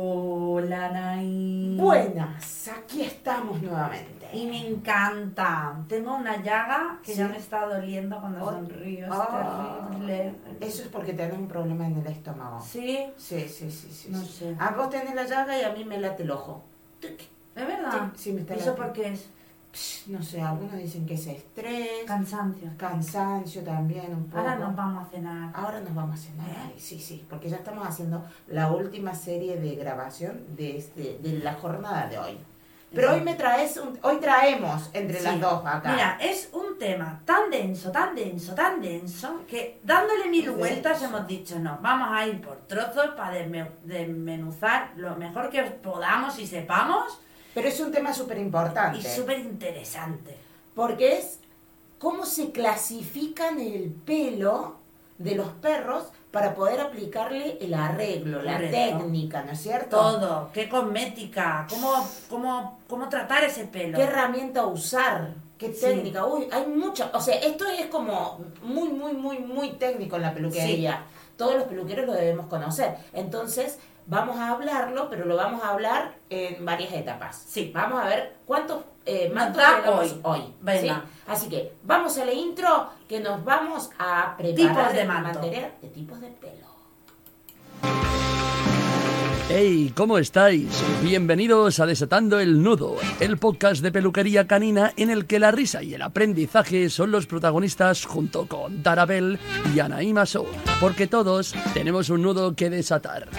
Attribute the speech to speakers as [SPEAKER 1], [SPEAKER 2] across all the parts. [SPEAKER 1] Hola, Nay.
[SPEAKER 2] Buenas, aquí estamos nuevamente.
[SPEAKER 1] Y me encanta. Tengo una llaga que
[SPEAKER 2] Sí.
[SPEAKER 1] ya me está doliendo cuando
[SPEAKER 2] Oh.
[SPEAKER 1] sonrío. Es
[SPEAKER 2] Ah.
[SPEAKER 1] terrible.
[SPEAKER 2] Eso es porque tenés un problema en el estómago.
[SPEAKER 1] Sí,
[SPEAKER 2] Sí, sí, sí, sí.
[SPEAKER 1] No
[SPEAKER 2] sí.
[SPEAKER 1] sé.
[SPEAKER 2] Ah, vos tenés la llaga y a mí me late el ojo. Tuc.
[SPEAKER 1] es verdad.
[SPEAKER 2] Sí, sí, me está
[SPEAKER 1] Ah, ¿Y ¿Eso
[SPEAKER 2] latiendo.
[SPEAKER 1] por qué es?
[SPEAKER 2] Psh, No sé, algunos dicen que es estrés,
[SPEAKER 1] Cansancio.
[SPEAKER 2] cansancio también un poco.
[SPEAKER 1] Ahora nos vamos a cenar.
[SPEAKER 2] Ahora nos vamos a cenar. Ay, Sí, sí, porque ya estamos haciendo la última serie de grabación de, este, de la jornada de hoy. Pero hoy me traes, un- hoy traemos entre
[SPEAKER 1] Sí.
[SPEAKER 2] las dos acá.
[SPEAKER 1] Mira, es un tema tan denso, tan denso, tan denso, que dándole mil
[SPEAKER 2] Denso.
[SPEAKER 1] vueltas hemos dicho, no, vamos a ir por trozos para desme- desmenuzar lo mejor que podamos y sepamos.
[SPEAKER 2] Pero es un tema súper importante.
[SPEAKER 1] Y súper interesante.
[SPEAKER 2] porque es cómo se clasifican el pelo de los perros para poder aplicarle el arreglo, la
[SPEAKER 1] Correcto.
[SPEAKER 2] técnica, ¿no es cierto?
[SPEAKER 1] Todo, qué cosmética, cómo, cómo, cómo tratar ese pelo.
[SPEAKER 2] ¿Qué herramienta usar? ¿Qué
[SPEAKER 1] Sí.
[SPEAKER 2] técnica? Uy, hay mucha. O sea, esto es como muy, muy, muy, muy técnico en la peluquería. Todos los peluqueros lo debemos conocer. Entonces, vamos a hablarlo, pero lo vamos a hablar en varias etapas.
[SPEAKER 1] Sí.
[SPEAKER 2] Vamos a ver cuántos eh,
[SPEAKER 1] Nos
[SPEAKER 2] mantos
[SPEAKER 1] da
[SPEAKER 2] tenemos
[SPEAKER 1] hoy.
[SPEAKER 2] hoy.
[SPEAKER 1] Venga.
[SPEAKER 2] ¿sí? Así que vamos a la intro que nos vamos a preparar
[SPEAKER 1] Tipos de
[SPEAKER 2] el
[SPEAKER 1] manto.
[SPEAKER 2] material de tipos de pelo.
[SPEAKER 3] ¡Hey! ¿Cómo estáis? Bienvenidos a Desatando el Nudo, el podcast de peluquería canina en el que la risa y el aprendizaje son los protagonistas junto con Darabel y Anaí Masó, porque todos tenemos un nudo que desatar.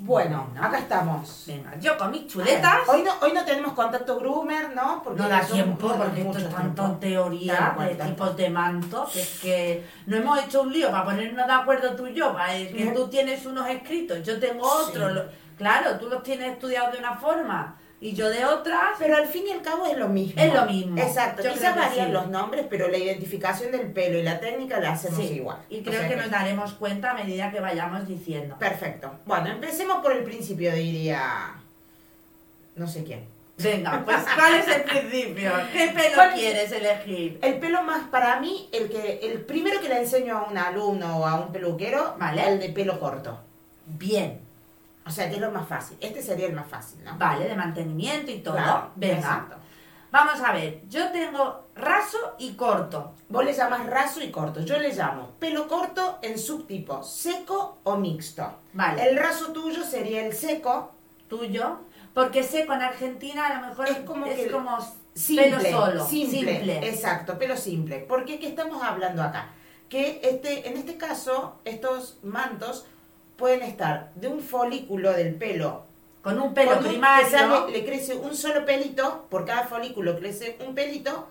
[SPEAKER 2] Bueno, acá estamos.
[SPEAKER 1] Venga, yo con mis chuletas.
[SPEAKER 2] Hoy no, hoy no tenemos contacto groomer, ¿no? Porque
[SPEAKER 1] No da
[SPEAKER 2] son-
[SPEAKER 1] tiempo
[SPEAKER 2] no da
[SPEAKER 1] porque esto
[SPEAKER 2] mucho
[SPEAKER 1] es tanto
[SPEAKER 2] tiempo.
[SPEAKER 1] teoría
[SPEAKER 2] Tal cual,
[SPEAKER 1] de
[SPEAKER 2] tal
[SPEAKER 1] tipos de manto que es que no hemos hecho un lío para ponernos de acuerdo tú y yo. para el que
[SPEAKER 2] No.
[SPEAKER 1] tú tienes unos escritos, yo tengo otros.
[SPEAKER 2] Sí.
[SPEAKER 1] lo- Claro, tú los tienes estudiados de una forma y yo de otra.
[SPEAKER 2] Pero al fin y al cabo es lo mismo.
[SPEAKER 1] Es lo mismo.
[SPEAKER 2] Exacto.
[SPEAKER 1] Yo creo
[SPEAKER 2] Quizás
[SPEAKER 1] que
[SPEAKER 2] varían
[SPEAKER 1] sí.
[SPEAKER 2] los nombres, pero la identificación del pelo y la técnica la hacemos
[SPEAKER 1] Sí,
[SPEAKER 2] igual.
[SPEAKER 1] Y
[SPEAKER 2] O
[SPEAKER 1] creo
[SPEAKER 2] sea
[SPEAKER 1] que nos daremos cuenta a medida que vayamos diciendo.
[SPEAKER 2] Perfecto. Bueno, empecemos por el principio, diría... No sé quién.
[SPEAKER 1] Venga, pues ¿cuál es el principio? ¿Qué pelo
[SPEAKER 2] ¿Cuál es?
[SPEAKER 1] quieres elegir?
[SPEAKER 2] El pelo más para mí, el que el primero que le enseño a un alumno o a un peluquero,
[SPEAKER 1] Vale.
[SPEAKER 2] el de pelo corto.
[SPEAKER 1] Bien,
[SPEAKER 2] O sea, que es lo más fácil. Este sería el más fácil, ¿no?
[SPEAKER 1] vale, de mantenimiento y todo.
[SPEAKER 2] Claro,
[SPEAKER 1] Venga,
[SPEAKER 2] exacto.
[SPEAKER 1] vamos a ver, yo tengo raso y corto.
[SPEAKER 2] Vos le llamás raso y corto. Yo le llamo pelo corto en subtipo seco o mixto.
[SPEAKER 1] Vale.
[SPEAKER 2] El raso tuyo sería el seco.
[SPEAKER 1] Tuyo, porque seco en Argentina a lo mejor
[SPEAKER 2] Es como que-
[SPEAKER 1] como
[SPEAKER 2] Simple,
[SPEAKER 1] pelo solo,
[SPEAKER 2] simple,
[SPEAKER 1] simple.
[SPEAKER 2] Exacto, pelo simple. Porque qué estamos hablando acá? Que este, en este caso, estos mantos pueden estar de un folículo del pelo.
[SPEAKER 1] con un pelo
[SPEAKER 2] con un-
[SPEAKER 1] primario.
[SPEAKER 2] que sale- le crece un solo pelito, por cada folículo crece un pelito.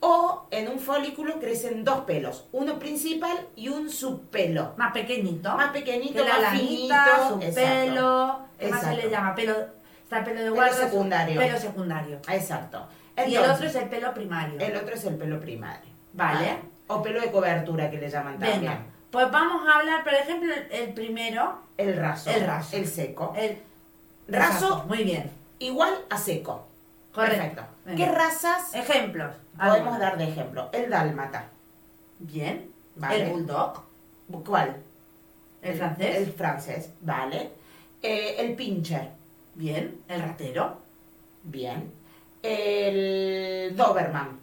[SPEAKER 2] O en un folículo crecen dos pelos, uno principal y un subpelo.
[SPEAKER 1] más pequeñito.
[SPEAKER 2] Más
[SPEAKER 1] que
[SPEAKER 2] pequeñito,
[SPEAKER 1] la
[SPEAKER 2] más
[SPEAKER 1] lanita,
[SPEAKER 2] finito.
[SPEAKER 1] su
[SPEAKER 2] exacto.
[SPEAKER 1] pelo. ¿Qué más se
[SPEAKER 2] Exacto.
[SPEAKER 1] le llama? Pelo, está el pelo de
[SPEAKER 2] Pelo
[SPEAKER 1] guarda. su-
[SPEAKER 2] secundario.
[SPEAKER 1] Pelo secundario.
[SPEAKER 2] Exacto.
[SPEAKER 1] y el
[SPEAKER 2] Entonces,
[SPEAKER 1] otro es el pelo primario.
[SPEAKER 2] el otro es el pelo primario.
[SPEAKER 1] Vale.
[SPEAKER 2] O pelo de cobertura que le llaman también.
[SPEAKER 1] Venga, pues vamos a hablar, por ejemplo, el- el primero,
[SPEAKER 2] El raso.
[SPEAKER 1] El raso.
[SPEAKER 2] El seco.
[SPEAKER 1] el
[SPEAKER 2] Raso.
[SPEAKER 1] Exacto, Muy bien,
[SPEAKER 2] Igual a seco.
[SPEAKER 1] correcto.
[SPEAKER 2] Perfecto.
[SPEAKER 1] Venga. Eh,
[SPEAKER 2] ¿Qué razas
[SPEAKER 1] Ejemplos.
[SPEAKER 2] podemos
[SPEAKER 1] Algunos.
[SPEAKER 2] dar de ejemplo? El dálmata.
[SPEAKER 1] Bien.
[SPEAKER 2] Vale.
[SPEAKER 1] El bulldog,
[SPEAKER 2] ¿Cuál?
[SPEAKER 1] el francés.
[SPEAKER 2] El francés. Vale. Eh, el pincher.
[SPEAKER 1] Bien. El ratero.
[SPEAKER 2] Bien. El doberman.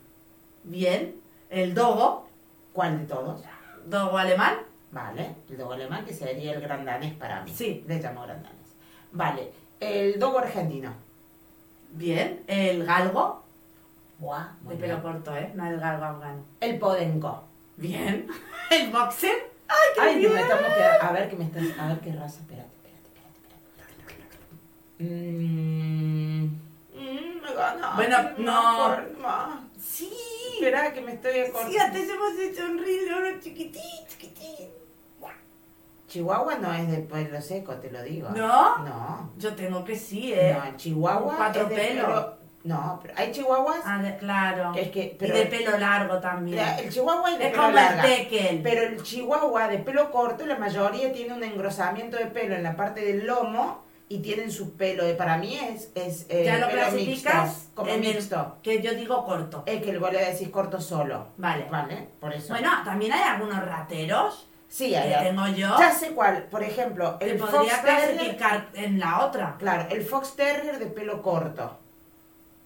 [SPEAKER 1] Bien. El dogo,
[SPEAKER 2] ¿Cuál de todos?
[SPEAKER 1] dogo alemán.
[SPEAKER 2] Vale, el dogo alemán que sería el gran danés para mí.
[SPEAKER 1] Sí.
[SPEAKER 2] Le llamo gran danés. Vale, el dogo argentino.
[SPEAKER 1] Bien. El galgo,
[SPEAKER 2] Guau, muy
[SPEAKER 1] de pelo
[SPEAKER 2] bien.
[SPEAKER 1] corto, ¿eh? No el galgo afgano.
[SPEAKER 2] El podenco.
[SPEAKER 1] Bien. El boxer.
[SPEAKER 2] Ay, me tengo que- A ver qué me estás. A ver qué raza. Espérate, espérate, espérate. espérate, espérate. Mm, mm, me gana.
[SPEAKER 1] Bueno, no.
[SPEAKER 2] Por más.
[SPEAKER 1] Sí.
[SPEAKER 2] Espera, que me estoy
[SPEAKER 1] Sí,
[SPEAKER 2] acordando.
[SPEAKER 1] antes hemos hecho un reel de uno chiquitín, chiquitín.
[SPEAKER 2] Chihuahua no es de pelo seco, te lo digo.
[SPEAKER 1] ¿No?
[SPEAKER 2] No.
[SPEAKER 1] Yo tengo que sí, ¿eh?
[SPEAKER 2] No, en Chihuahua.
[SPEAKER 1] Cuatro
[SPEAKER 2] es de
[SPEAKER 1] pelos.
[SPEAKER 2] pelo- No, pero hay chihuahuas.
[SPEAKER 1] Ah, de- claro.
[SPEAKER 2] Es que-
[SPEAKER 1] y
[SPEAKER 2] pero-
[SPEAKER 1] de pelo largo también.
[SPEAKER 2] La- el chihuahua es de
[SPEAKER 1] es
[SPEAKER 2] pelo
[SPEAKER 1] como
[SPEAKER 2] larga.
[SPEAKER 1] el tekel.
[SPEAKER 2] Pero el chihuahua de pelo corto, la mayoría tiene un engrosamiento de pelo en la parte del lomo y tienen su pelo. Y para mí es, es eh,
[SPEAKER 1] ya lo
[SPEAKER 2] pelo
[SPEAKER 1] clasificas
[SPEAKER 2] mixto, como
[SPEAKER 1] en el-
[SPEAKER 2] mixto.
[SPEAKER 1] que yo digo corto.
[SPEAKER 2] Es que vos le decís corto solo.
[SPEAKER 1] Vale.
[SPEAKER 2] Vale, por eso.
[SPEAKER 1] Bueno, también hay algunos rateros
[SPEAKER 2] Sí,
[SPEAKER 1] que
[SPEAKER 2] hay-
[SPEAKER 1] eh, tengo yo,
[SPEAKER 2] Ya sé cuál. Por ejemplo,
[SPEAKER 1] que
[SPEAKER 2] el
[SPEAKER 1] podría
[SPEAKER 2] Fox Terrier.
[SPEAKER 1] clasificar en la otra.
[SPEAKER 2] Claro, el Fox Terrier de pelo corto.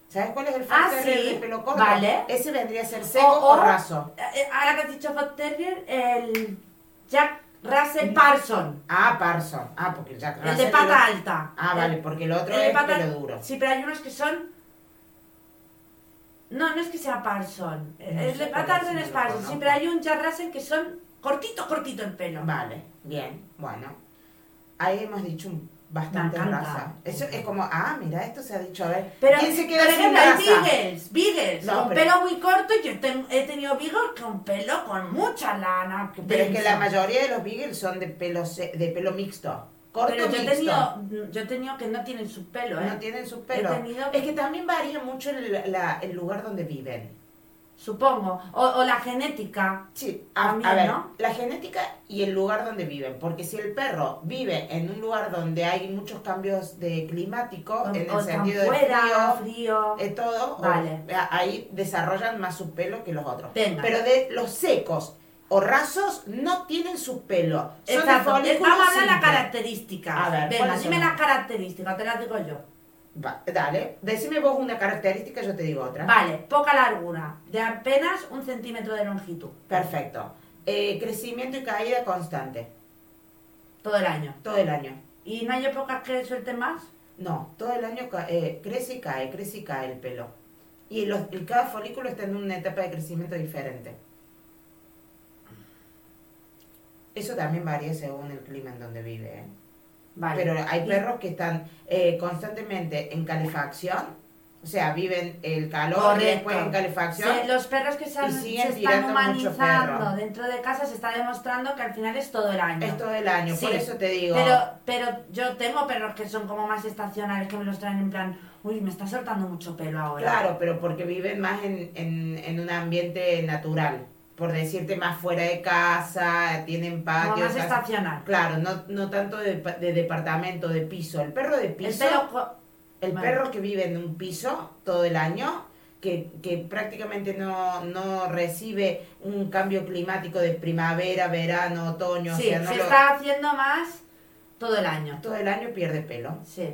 [SPEAKER 2] ¿Sabes cuál es el Fox
[SPEAKER 1] Ah,
[SPEAKER 2] Terrier
[SPEAKER 1] sí,
[SPEAKER 2] de pelo corto?
[SPEAKER 1] vale.
[SPEAKER 2] Ese vendría a ser seco o, raso.
[SPEAKER 1] eh, Ahora que has dicho Fox Terrier, el Jack Russell Parson.
[SPEAKER 2] Ah, Parson. Ah, porque Jack
[SPEAKER 1] El
[SPEAKER 2] Mm. Russell.
[SPEAKER 1] de pata alta.
[SPEAKER 2] Ah, vale, porque el otro
[SPEAKER 1] El de
[SPEAKER 2] es
[SPEAKER 1] pata-
[SPEAKER 2] pelo duro.
[SPEAKER 1] Sí, pero hay unos que son. No, no es que sea Parson.
[SPEAKER 2] No
[SPEAKER 1] el
[SPEAKER 2] sé
[SPEAKER 1] de
[SPEAKER 2] cuál
[SPEAKER 1] pata alta
[SPEAKER 2] es, no
[SPEAKER 1] no
[SPEAKER 2] lo
[SPEAKER 1] es Parson. Sí,
[SPEAKER 2] conozco.
[SPEAKER 1] pero hay un Jack Russell que son cortito, cortito el pelo.
[SPEAKER 2] Vale, bien, bueno. Ahí hemos dicho un- bastante
[SPEAKER 1] Me encanta.
[SPEAKER 2] raza. Eso es como, ah, mira, esto se ha dicho, a ver.
[SPEAKER 1] Pero,
[SPEAKER 2] ¿Quién se queda
[SPEAKER 1] por
[SPEAKER 2] sin
[SPEAKER 1] ejemplo, hay
[SPEAKER 2] raza?
[SPEAKER 1] Beagles, Beagles,
[SPEAKER 2] No,
[SPEAKER 1] con
[SPEAKER 2] pero-
[SPEAKER 1] pelo muy corto. Yo ten- he tenido Beagles con pelo con mucha lana.
[SPEAKER 2] Pero es que la
[SPEAKER 1] denso.
[SPEAKER 2] mayoría de los beagles son de pelo, se- de pelo mixto. Corto
[SPEAKER 1] Pero yo he,
[SPEAKER 2] mixto.
[SPEAKER 1] tenido, yo he tenido que no tienen su pelo, ¿eh?
[SPEAKER 2] No tienen su pelo.
[SPEAKER 1] He tenido-
[SPEAKER 2] Es que también varía mucho el, la- el lugar donde viven.
[SPEAKER 1] Supongo. O, o la genética.
[SPEAKER 2] Sí, a,
[SPEAKER 1] También,
[SPEAKER 2] a ver,
[SPEAKER 1] ¿no?
[SPEAKER 2] la genética y el lugar donde viven, porque si el perro vive en un lugar donde hay muchos cambios de climático,
[SPEAKER 1] O, o
[SPEAKER 2] en el
[SPEAKER 1] están
[SPEAKER 2] sentido de
[SPEAKER 1] fuera,
[SPEAKER 2] frío, Eh,
[SPEAKER 1] frío.
[SPEAKER 2] de todo, o-
[SPEAKER 1] Vale.
[SPEAKER 2] a- ahí desarrollan más su pelo que los otros.
[SPEAKER 1] Venga.
[SPEAKER 2] Pero de los secos o rasos no tienen su pelo. Son de
[SPEAKER 1] Exacto. Eh,
[SPEAKER 2] folículo
[SPEAKER 1] Vamos a hablar de las
[SPEAKER 2] simple.
[SPEAKER 1] características.
[SPEAKER 2] A ver,
[SPEAKER 1] Venga,
[SPEAKER 2] ¿cuáles
[SPEAKER 1] dime
[SPEAKER 2] son?
[SPEAKER 1] las características, te las digo yo.
[SPEAKER 2] Va, dale, decime vos una característica, yo te digo otra.
[SPEAKER 1] Vale, poca largura, de apenas un centímetro de longitud,
[SPEAKER 2] Perfecto. Eh, crecimiento y caída constante,
[SPEAKER 1] todo el año.
[SPEAKER 2] todo el año.
[SPEAKER 1] ¿Y no hay épocas que suelten más?
[SPEAKER 2] No, todo el año ca- eh, crece y cae, crece y cae el pelo. Y los, y cada folículo está en una etapa de crecimiento diferente. Eso también varía según el clima en donde vive. ¿eh?
[SPEAKER 1] Vale.
[SPEAKER 2] Pero hay
[SPEAKER 1] Y-
[SPEAKER 2] perros que están eh, constantemente en calefacción, o sea, viven el calor y
[SPEAKER 1] Correcto.
[SPEAKER 2] después en calefacción.
[SPEAKER 1] Sí, los perros que se, han-
[SPEAKER 2] y siguen
[SPEAKER 1] se están
[SPEAKER 2] tirando mucho
[SPEAKER 1] humanizando
[SPEAKER 2] perro.
[SPEAKER 1] dentro de casa se está demostrando que al final es todo el año.
[SPEAKER 2] Es todo el año,
[SPEAKER 1] Sí,
[SPEAKER 2] por eso te digo.
[SPEAKER 1] Pero, pero yo tengo perros que son como más estacionales, que me los traen en plan, uy, me está soltando mucho pelo ahora.
[SPEAKER 2] Claro, pero porque viven más en, en, en un ambiente natural, por decirte más fuera de casa, tienen
[SPEAKER 1] Como
[SPEAKER 2] patio.
[SPEAKER 1] más
[SPEAKER 2] casa-
[SPEAKER 1] estacional.
[SPEAKER 2] Claro, no, no tanto de, pa- de departamento, de piso. El perro de piso,
[SPEAKER 1] El pelo co-
[SPEAKER 2] el
[SPEAKER 1] Vale.
[SPEAKER 2] perro que vive en un piso todo el año, que, que prácticamente no, no recibe un cambio climático de primavera, verano, otoño,
[SPEAKER 1] sí,
[SPEAKER 2] o sea, no
[SPEAKER 1] se
[SPEAKER 2] lo-
[SPEAKER 1] está haciendo más todo el año.
[SPEAKER 2] todo el año pierde pelo.
[SPEAKER 1] Sí.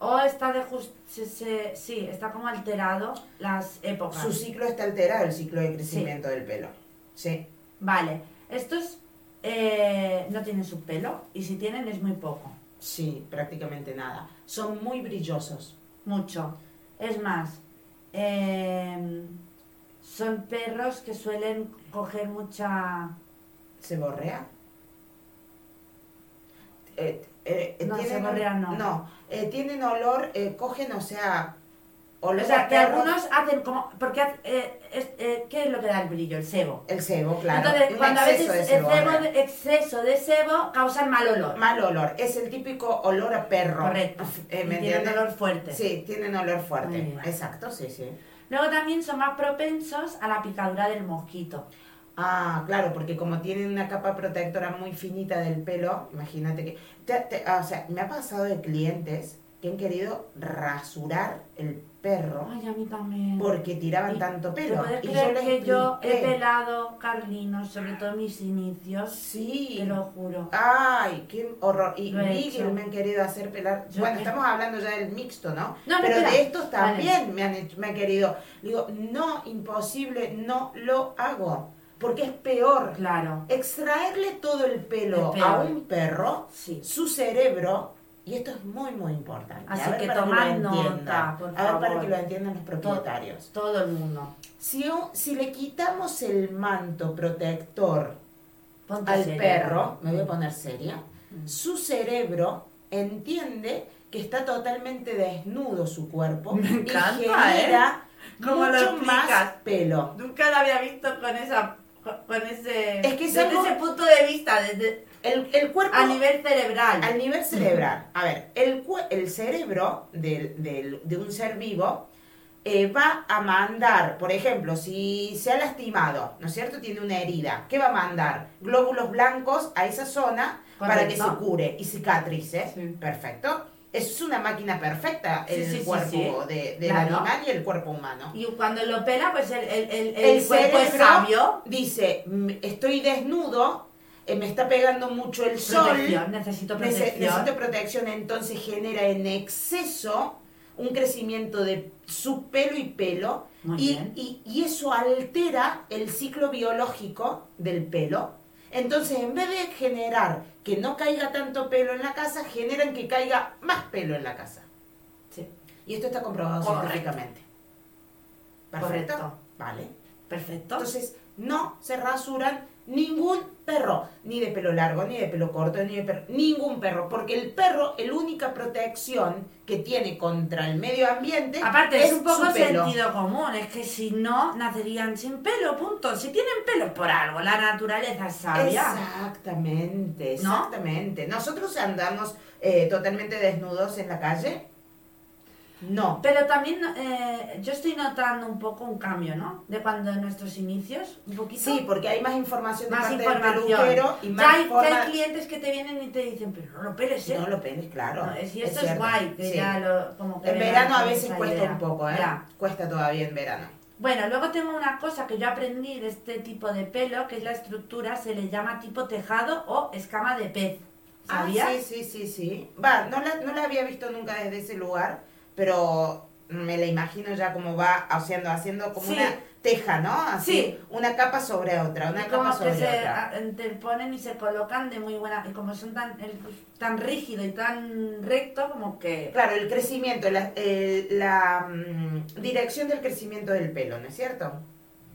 [SPEAKER 1] O está de jus- se- se- sí, está como alterado las épocas.
[SPEAKER 2] Su ciclo está alterado, el ciclo de crecimiento del pelo. Sí.
[SPEAKER 1] Vale. Estos eh, no tienen su pelo y si tienen es muy poco.
[SPEAKER 2] Sí, prácticamente nada. Son muy brillosos.
[SPEAKER 1] Mucho. Es más, eh, son perros que suelen coger mucha...
[SPEAKER 2] ¿Se borrea? Eh, eh, eh,
[SPEAKER 1] No, se
[SPEAKER 2] tienen-
[SPEAKER 1] borrea no.
[SPEAKER 2] No, eh, tienen olor, eh, cogen, o sea,
[SPEAKER 1] O
[SPEAKER 2] olor a
[SPEAKER 1] sea, que
[SPEAKER 2] perro.
[SPEAKER 1] algunos hacen como... Porque, hace- eh, es- eh, ¿qué es lo que da el brillo? El sebo.
[SPEAKER 2] El cebo, claro.
[SPEAKER 1] Entonces,
[SPEAKER 2] un
[SPEAKER 1] cuando a
[SPEAKER 2] exceso
[SPEAKER 1] veces
[SPEAKER 2] de
[SPEAKER 1] el
[SPEAKER 2] cebo,
[SPEAKER 1] cebo
[SPEAKER 2] ¿verdad?
[SPEAKER 1] de- exceso de sebo causan mal olor.
[SPEAKER 2] Mal olor, es el típico olor a perro.
[SPEAKER 1] Correcto.
[SPEAKER 2] Eh,
[SPEAKER 1] Y
[SPEAKER 2] ¿me
[SPEAKER 1] tienen
[SPEAKER 2] entiendes?
[SPEAKER 1] olor fuerte.
[SPEAKER 2] Sí, tienen olor
[SPEAKER 1] Muy
[SPEAKER 2] fuerte.
[SPEAKER 1] bien.
[SPEAKER 2] Exacto, sí, sí.
[SPEAKER 1] Luego también son más propensos a la picadura del mosquito.
[SPEAKER 2] Ah, claro, porque como tienen una capa protectora muy finita del pelo, imagínate que... te- te- ah, o sea, me ha pasado de clientes que han querido rasurar el perro
[SPEAKER 1] Ay, a mí también.
[SPEAKER 2] porque tiraban
[SPEAKER 1] Y-
[SPEAKER 2] tanto
[SPEAKER 1] ¿Te
[SPEAKER 2] pelo.
[SPEAKER 1] puedes
[SPEAKER 2] Y
[SPEAKER 1] creer
[SPEAKER 2] les
[SPEAKER 1] que yo he
[SPEAKER 2] expliqué.
[SPEAKER 1] pelado carlinos, sobre todo en mis inicios?
[SPEAKER 2] Sí.
[SPEAKER 1] Te lo juro.
[SPEAKER 2] Ay, qué horror. Y
[SPEAKER 1] Lo he
[SPEAKER 2] Beagle
[SPEAKER 1] hecho.
[SPEAKER 2] me han querido hacer pelar.
[SPEAKER 1] Yo-
[SPEAKER 2] bueno, estamos hablando ya del mixto, ¿no?
[SPEAKER 1] No, no,
[SPEAKER 2] Pero
[SPEAKER 1] espera.
[SPEAKER 2] de estos también me, han hecho- me han querido. Le Digo, no, imposible, no lo hago. Porque es peor.
[SPEAKER 1] Claro.
[SPEAKER 2] Extraerle todo el
[SPEAKER 1] El
[SPEAKER 2] pelo
[SPEAKER 1] pelo.
[SPEAKER 2] a un perro,
[SPEAKER 1] Sí.
[SPEAKER 2] su cerebro, y esto es muy, muy importante.
[SPEAKER 1] Así
[SPEAKER 2] a ver
[SPEAKER 1] que
[SPEAKER 2] para
[SPEAKER 1] tomad
[SPEAKER 2] que lo
[SPEAKER 1] nota,
[SPEAKER 2] entiendan.
[SPEAKER 1] por
[SPEAKER 2] A ver para
[SPEAKER 1] favor.
[SPEAKER 2] que lo entiendan los propietarios.
[SPEAKER 1] Todo el mundo.
[SPEAKER 2] Si, un- si le quitamos el manto protector
[SPEAKER 1] Ponte
[SPEAKER 2] al
[SPEAKER 1] seria.
[SPEAKER 2] perro, me voy a poner seria,
[SPEAKER 1] Mm.
[SPEAKER 2] su cerebro entiende que está totalmente desnudo su cuerpo
[SPEAKER 1] Me
[SPEAKER 2] y
[SPEAKER 1] encanta, ¿eh?
[SPEAKER 2] genera
[SPEAKER 1] ¿Cómo lo
[SPEAKER 2] mucho más
[SPEAKER 1] explicas?
[SPEAKER 2] pelo.
[SPEAKER 1] Nunca lo había visto con esa con con ese
[SPEAKER 2] Es que es
[SPEAKER 1] desde
[SPEAKER 2] algo-
[SPEAKER 1] ese punto de vista, desde
[SPEAKER 2] El, el cuerpo
[SPEAKER 1] a nivel cerebral.
[SPEAKER 2] Al nivel cerebral, a ver, el, cue- el cerebro del- del- de un ser vivo eh, va a mandar, por ejemplo, si se ha lastimado, ¿no es cierto? Tiene una herida, ¿qué va a mandar? Glóbulos blancos a esa zona para que se
[SPEAKER 1] Correcto.
[SPEAKER 2] cure y cicatrice.
[SPEAKER 1] Sí.
[SPEAKER 2] Perfecto. Es una máquina perfecta
[SPEAKER 1] Sí,
[SPEAKER 2] el
[SPEAKER 1] sí, sí,
[SPEAKER 2] cuerpo
[SPEAKER 1] sí.
[SPEAKER 2] de- del
[SPEAKER 1] Claro.
[SPEAKER 2] animal y el cuerpo humano.
[SPEAKER 1] Y cuando lo pela, pues el, el, el, el
[SPEAKER 2] El
[SPEAKER 1] cuerpo es
[SPEAKER 2] cerebro
[SPEAKER 1] sabio.
[SPEAKER 2] dice, "Mm, estoy desnudo, eh, me está pegando mucho el sol.
[SPEAKER 1] Protección, necesito
[SPEAKER 2] Nece-
[SPEAKER 1] protección.
[SPEAKER 2] necesito protección, entonces genera en exceso un crecimiento de su pelo y pelo
[SPEAKER 1] Muy
[SPEAKER 2] y,
[SPEAKER 1] bien.
[SPEAKER 2] y- y eso altera el ciclo biológico del pelo. Entonces, en vez de generar que no caiga tanto pelo en la casa, generan que caiga más pelo en la casa.
[SPEAKER 1] Sí.
[SPEAKER 2] Y esto está comprobado
[SPEAKER 1] Correcto.
[SPEAKER 2] científicamente. ¿Perfecto?
[SPEAKER 1] Correcto.
[SPEAKER 2] Vale.
[SPEAKER 1] Perfecto.
[SPEAKER 2] Entonces, no se rasuran ningún perro, ni de pelo largo, ni de pelo corto, ni de perro, ningún perro, porque el perro, la única protección que tiene contra el medio ambiente
[SPEAKER 1] Aparte, es, un poco
[SPEAKER 2] su pelo.
[SPEAKER 1] sentido común, es que si no, nacerían sin pelo, punto. Si tienen pelo por algo, la naturaleza es sabia.
[SPEAKER 2] Exactamente,
[SPEAKER 1] ¿No?
[SPEAKER 2] exactamente. ¿Nosotros andamos eh, totalmente desnudos en la calle? No.
[SPEAKER 1] Pero también eh, yo estoy notando un poco un cambio, ¿no? De cuando en nuestros inicios, un poquito.
[SPEAKER 2] Sí, porque hay más información de
[SPEAKER 1] más
[SPEAKER 2] parte
[SPEAKER 1] información.
[SPEAKER 2] del peluquero y
[SPEAKER 1] Ya
[SPEAKER 2] más
[SPEAKER 1] hay, ya
[SPEAKER 2] forma-
[SPEAKER 1] hay clientes que te vienen y te dicen, pero no lo peles, ¿eh?
[SPEAKER 2] No lo peles, claro.
[SPEAKER 1] No, es- y esto es,
[SPEAKER 2] cierto,
[SPEAKER 1] guay, que
[SPEAKER 2] sí.
[SPEAKER 1] ya lo... Como que
[SPEAKER 2] En
[SPEAKER 1] me
[SPEAKER 2] verano a
[SPEAKER 1] lanzan
[SPEAKER 2] veces
[SPEAKER 1] esa
[SPEAKER 2] cuesta
[SPEAKER 1] idea.
[SPEAKER 2] un poco, ¿eh?
[SPEAKER 1] Ya.
[SPEAKER 2] Cuesta todavía en verano.
[SPEAKER 1] Bueno, luego tengo una cosa que yo aprendí de este tipo de pelo, que es la estructura, se le llama tipo tejado o escama de pez. ¿Sabías?
[SPEAKER 2] Ah, sí, sí, sí, sí. Va, no la, no la había visto nunca desde ese lugar, pero me la imagino ya como va haciendo, haciendo como
[SPEAKER 1] Sí.
[SPEAKER 2] una teja, ¿no? Así,
[SPEAKER 1] Sí.
[SPEAKER 2] una capa sobre otra, una
[SPEAKER 1] Y ah.
[SPEAKER 2] capa
[SPEAKER 1] como que
[SPEAKER 2] sobre
[SPEAKER 1] se
[SPEAKER 2] otra.
[SPEAKER 1] a- te ponen y se colocan de muy buena. Y como son tan, el- tan rígido y tan recto, como que.
[SPEAKER 2] Claro, el crecimiento, la, el- la, mm, dirección del crecimiento del pelo, ¿no es cierto?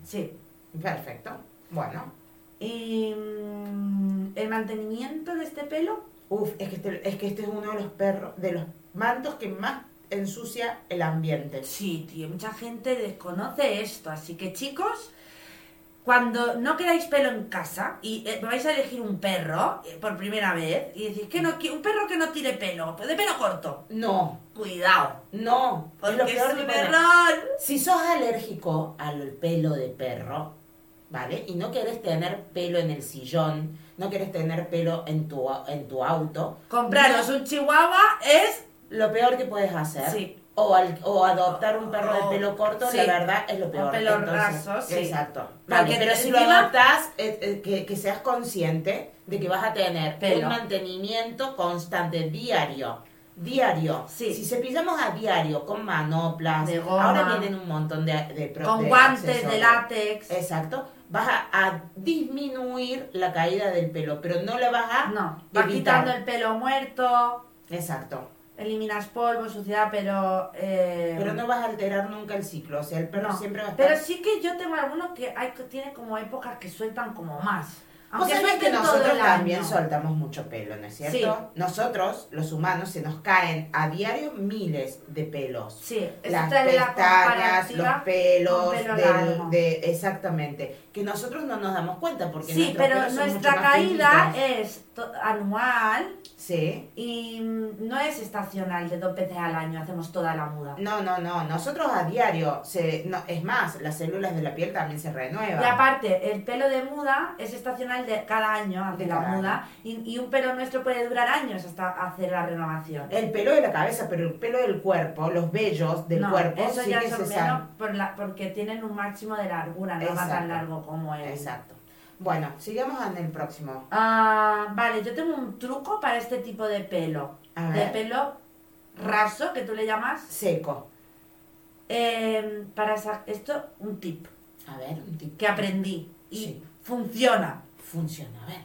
[SPEAKER 1] Sí.
[SPEAKER 2] Perfecto. Bueno.
[SPEAKER 1] Y. mm, el mantenimiento de este pelo.
[SPEAKER 2] Uf, es que este es, que este es uno de los perros, de los mantos que más ensucia el ambiente.
[SPEAKER 1] Sí, tío, mucha gente desconoce esto. Así que, chicos. Cuando no queráis pelo en casa y eh, vais a elegir un perro eh, por primera vez y decís que no qui- un perro que no tire pelo, pues de pelo corto,
[SPEAKER 2] No,
[SPEAKER 1] cuidado,
[SPEAKER 2] no.
[SPEAKER 1] porque es,
[SPEAKER 2] que
[SPEAKER 1] un
[SPEAKER 2] puede-
[SPEAKER 1] error.
[SPEAKER 2] Si sos alérgico al pelo de perro, ¿vale? Y no querés tener pelo en el sillón, no querés tener pelo en tu, au- en tu auto,
[SPEAKER 1] Compraros un chihuahua es
[SPEAKER 2] lo peor que puedes hacer.
[SPEAKER 1] Sí.
[SPEAKER 2] O, al- o adoptar un perro de pelo corto,
[SPEAKER 1] Sí.
[SPEAKER 2] la verdad es lo peor.
[SPEAKER 1] Un pelo
[SPEAKER 2] Entonces,
[SPEAKER 1] raso, sí.
[SPEAKER 2] Exacto. Vale,
[SPEAKER 1] Porque
[SPEAKER 2] pero si lo
[SPEAKER 1] encima-
[SPEAKER 2] adoptás, eh, eh, que, que seas consciente de que vas a tener
[SPEAKER 1] Pelo.
[SPEAKER 2] un mantenimiento constante, diario. Diario.
[SPEAKER 1] Sí.
[SPEAKER 2] Si cepillamos a diario con manoplas,
[SPEAKER 1] De goma.
[SPEAKER 2] ahora vienen un montón de, de pro-
[SPEAKER 1] con
[SPEAKER 2] de
[SPEAKER 1] guantes de
[SPEAKER 2] accesorios.
[SPEAKER 1] látex.
[SPEAKER 2] Exacto. Vas a, a disminuir la caída del pelo, pero no la vas a
[SPEAKER 1] No, va
[SPEAKER 2] evitar.
[SPEAKER 1] quitando el pelo muerto,
[SPEAKER 2] Exacto.
[SPEAKER 1] eliminas polvo, suciedad, pero... eh,
[SPEAKER 2] Pero no vas a alterar nunca el ciclo. O sea, el perro
[SPEAKER 1] no.
[SPEAKER 2] siempre va a estar.
[SPEAKER 1] Pero sí que yo tengo algunos que hay que tienen como épocas que sueltan como más.
[SPEAKER 2] Vos
[SPEAKER 1] Aunque
[SPEAKER 2] sabés Pues que
[SPEAKER 1] suelten todo
[SPEAKER 2] nosotros
[SPEAKER 1] el
[SPEAKER 2] también
[SPEAKER 1] año.
[SPEAKER 2] soltamos mucho pelo, ¿no es cierto?
[SPEAKER 1] Sí.
[SPEAKER 2] Nosotros, los humanos, se nos caen a diario miles de pelos.
[SPEAKER 1] Sí,
[SPEAKER 2] Las
[SPEAKER 1] esta es la
[SPEAKER 2] pestañas,
[SPEAKER 1] comparativa
[SPEAKER 2] los
[SPEAKER 1] con
[SPEAKER 2] pelos,
[SPEAKER 1] pelo
[SPEAKER 2] del-
[SPEAKER 1] largo.
[SPEAKER 2] de, exactamente. Que nosotros no nos damos cuenta porque
[SPEAKER 1] Sí,
[SPEAKER 2] nuestros
[SPEAKER 1] pero
[SPEAKER 2] pelos son mucho
[SPEAKER 1] nuestra
[SPEAKER 2] más
[SPEAKER 1] caída
[SPEAKER 2] finitos.
[SPEAKER 1] es to- anual
[SPEAKER 2] Sí.
[SPEAKER 1] y mm, no es estacional de dos veces al año, hacemos toda la muda.
[SPEAKER 2] No, no, no. Nosotros a diario, se, no, es más, las células de la piel también se renuevan.
[SPEAKER 1] Y aparte, el pelo de muda es estacional de cada año ante
[SPEAKER 2] De
[SPEAKER 1] la
[SPEAKER 2] cada
[SPEAKER 1] muda y, y un pelo nuestro puede durar años hasta hacer la renovación.
[SPEAKER 2] El pelo de la cabeza, pero el pelo del cuerpo, los vellos del
[SPEAKER 1] No,
[SPEAKER 2] cuerpo,
[SPEAKER 1] eso
[SPEAKER 2] sí
[SPEAKER 1] ya
[SPEAKER 2] que se
[SPEAKER 1] son
[SPEAKER 2] sanan.
[SPEAKER 1] menos por la- porque tienen un máximo de largura, no va
[SPEAKER 2] Exacto.
[SPEAKER 1] tan largo como él.
[SPEAKER 2] Exacto. Bueno, sigamos en el próximo.
[SPEAKER 1] Ah, vale, yo tengo un truco para este tipo de pelo.
[SPEAKER 2] A
[SPEAKER 1] De
[SPEAKER 2] ver.
[SPEAKER 1] pelo raso, que tú le llamas.
[SPEAKER 2] Seco.
[SPEAKER 1] eh, para sa- esto, un tip
[SPEAKER 2] A ver, un tip.
[SPEAKER 1] que aprendí y
[SPEAKER 2] Sí.
[SPEAKER 1] funciona.
[SPEAKER 2] Funciona, a ver.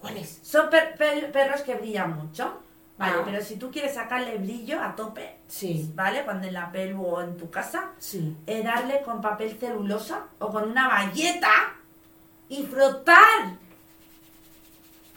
[SPEAKER 2] ¿Cuál es?
[SPEAKER 1] Son per- per- perros que brillan mucho, ¿vale?
[SPEAKER 2] Ah.
[SPEAKER 1] Pero si tú quieres sacarle brillo a tope,
[SPEAKER 2] Sí,
[SPEAKER 1] ¿vale? Cuando en la pelu o en tu casa,
[SPEAKER 2] sí.
[SPEAKER 1] eh, darle con papel celulosa o con una bayeta y frotar.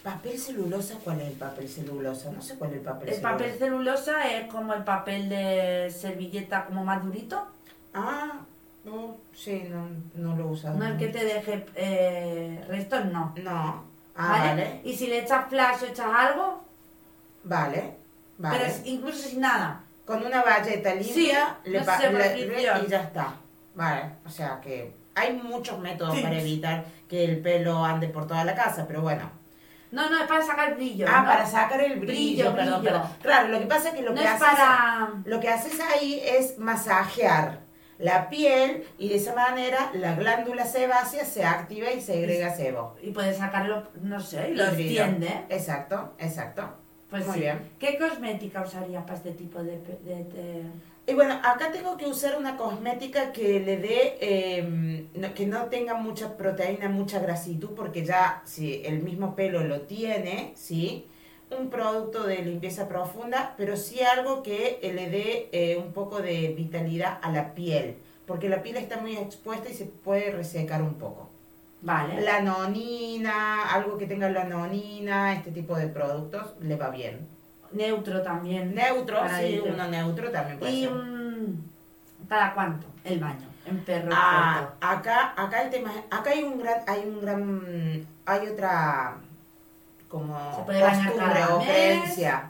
[SPEAKER 2] ¿Papel celulosa? ¿Cuál es el papel celulosa? No sé cuál es el papel
[SPEAKER 1] El
[SPEAKER 2] celulosa.
[SPEAKER 1] papel celulosa es como el papel de servilleta como más durito,
[SPEAKER 2] Ah, no, sí, no, no lo he usado.
[SPEAKER 1] no el que te deje eh, restos, no.
[SPEAKER 2] No. Ah,
[SPEAKER 1] ¿Vale?
[SPEAKER 2] vale.
[SPEAKER 1] Y si le echas flash o echas algo,
[SPEAKER 2] Vale. Vale.
[SPEAKER 1] pero es- incluso sin nada.
[SPEAKER 2] Con una valleta limpia
[SPEAKER 1] Sí,
[SPEAKER 2] le
[SPEAKER 1] no
[SPEAKER 2] pa-
[SPEAKER 1] sé,
[SPEAKER 2] le-
[SPEAKER 1] por
[SPEAKER 2] le-
[SPEAKER 1] limpio.
[SPEAKER 2] y ya está. Vale, o sea que hay muchos métodos
[SPEAKER 1] Tips.
[SPEAKER 2] para evitar que el pelo ande por toda la casa, pero bueno.
[SPEAKER 1] No, no, es para sacar brillo.
[SPEAKER 2] Ah,
[SPEAKER 1] ¿no?
[SPEAKER 2] para sacar el brillo,
[SPEAKER 1] Brillo,
[SPEAKER 2] perdón,
[SPEAKER 1] brillo.
[SPEAKER 2] perdón. Claro, lo que pasa es que lo
[SPEAKER 1] No
[SPEAKER 2] que
[SPEAKER 1] es
[SPEAKER 2] haces
[SPEAKER 1] para...
[SPEAKER 2] lo que haces ahí es masajear la piel y de esa manera la glándula sebácea se activa y segrega sebo.
[SPEAKER 1] Y puede sacarlo, no sé, y lo
[SPEAKER 2] Híbrido.
[SPEAKER 1] extiende.
[SPEAKER 2] Exacto, exacto.
[SPEAKER 1] Pues
[SPEAKER 2] Muy
[SPEAKER 1] sí.
[SPEAKER 2] bien.
[SPEAKER 1] ¿Qué cosmética usaría para este tipo de... pe- de- de-
[SPEAKER 2] Y bueno, acá tengo que usar una cosmética que le dé, eh, no- que no tenga mucha proteína, mucha grasitud, porque ya si el mismo pelo lo tiene, ¿sí? Un producto de limpieza profunda, pero sí algo que eh, le dé eh, un poco de vitalidad a la piel, porque la piel está muy expuesta y se puede resecar un poco.
[SPEAKER 1] Vale.
[SPEAKER 2] La nonina, algo que tenga la nonina, este tipo de productos, le va bien.
[SPEAKER 1] Neutro también.
[SPEAKER 2] Neutro,
[SPEAKER 1] Para
[SPEAKER 2] sí,
[SPEAKER 1] ello.
[SPEAKER 2] uno neutro también puede
[SPEAKER 1] ¿Y
[SPEAKER 2] ser.
[SPEAKER 1] mm, cada cuánto el baño? En perro.
[SPEAKER 2] Ah,
[SPEAKER 1] corto.
[SPEAKER 2] acá, acá el tema, es- acá hay un gran, hay un gran, hay otra como
[SPEAKER 1] Se puede bañar cada
[SPEAKER 2] o
[SPEAKER 1] mes,
[SPEAKER 2] creencia.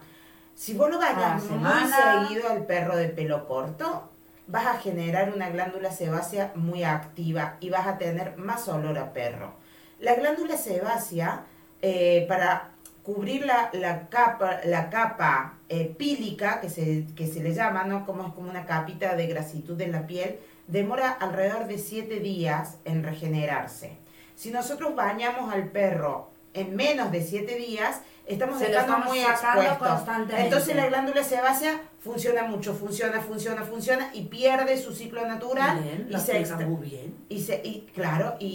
[SPEAKER 2] Si vos lo
[SPEAKER 1] cada
[SPEAKER 2] bañas muy
[SPEAKER 1] semana.
[SPEAKER 2] seguido al perro de pelo corto, vas a generar una glándula sebácea muy activa y vas a tener más olor a perro. La glándula sebácea, eh, para cubrir la, la capa, la capa eh, pílica, que se, que se le llama, ¿no? Como es como una capita de grasitud en la piel, demora alrededor de 7 días en regenerarse. Si nosotros bañamos al perro en menos de 7 días, estamos
[SPEAKER 1] Se lo
[SPEAKER 2] dejando
[SPEAKER 1] estamos
[SPEAKER 2] muy
[SPEAKER 1] sacando
[SPEAKER 2] expuesto.
[SPEAKER 1] constantemente.
[SPEAKER 2] Entonces la glándula sebácea funciona mucho, funciona, funciona, funciona y pierde su ciclo natural
[SPEAKER 1] Bien,
[SPEAKER 2] y
[SPEAKER 1] lo
[SPEAKER 2] se,
[SPEAKER 1] explica
[SPEAKER 2] extra-
[SPEAKER 1] muy bien.
[SPEAKER 2] y se y claro, y,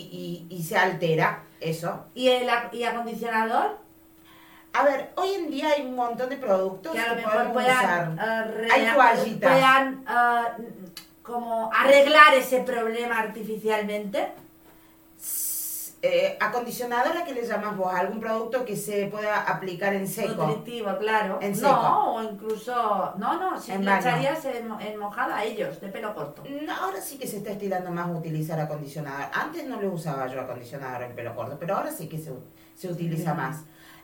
[SPEAKER 2] y- y se altera eso.
[SPEAKER 1] ¿Y el ac- y acondicionador?
[SPEAKER 2] A ver, hoy en día hay un montón de productos
[SPEAKER 1] que
[SPEAKER 2] que,
[SPEAKER 1] a lo mejor
[SPEAKER 2] podemos
[SPEAKER 1] puedan,
[SPEAKER 2] usar.
[SPEAKER 1] ah, re-
[SPEAKER 2] Hay toallitas.
[SPEAKER 1] puedan, ah, como arreglar ese problema artificialmente.
[SPEAKER 2] Eh, acondicionadora que le llamas vos, algún producto que se pueda aplicar en seco.
[SPEAKER 1] Nutritivo, claro.
[SPEAKER 2] En
[SPEAKER 1] No,
[SPEAKER 2] seco.
[SPEAKER 1] o incluso. No, no, si
[SPEAKER 2] En
[SPEAKER 1] le
[SPEAKER 2] baño.
[SPEAKER 1] echarías en, mo- en mojada a ellos, de pelo corto.
[SPEAKER 2] No, ahora sí que se está estilando más utilizar acondicionador. Antes no lo usaba yo acondicionador en pelo corto, pero ahora sí que se, se utiliza
[SPEAKER 1] Bien.
[SPEAKER 2] más.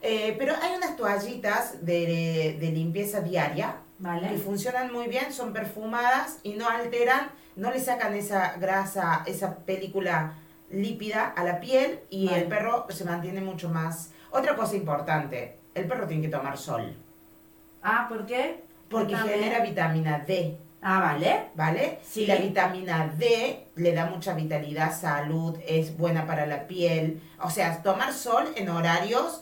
[SPEAKER 2] Eh, pero hay unas toallitas de, de limpieza diaria que
[SPEAKER 1] ¿Vale?
[SPEAKER 2] funcionan muy bien, son perfumadas y no alteran, no le sacan esa grasa, esa película lípida a la piel y
[SPEAKER 1] Vale.
[SPEAKER 2] el perro se mantiene mucho más. Otra cosa importante, el perro tiene que tomar sol
[SPEAKER 1] Ah, ¿por qué?
[SPEAKER 2] porque
[SPEAKER 1] También.
[SPEAKER 2] genera vitamina D.
[SPEAKER 1] Ah, vale.
[SPEAKER 2] ¿vale?
[SPEAKER 1] Sí.
[SPEAKER 2] Y la vitamina D le da mucha vitalidad, salud, es buena para la piel. O sea, tomar sol en horarios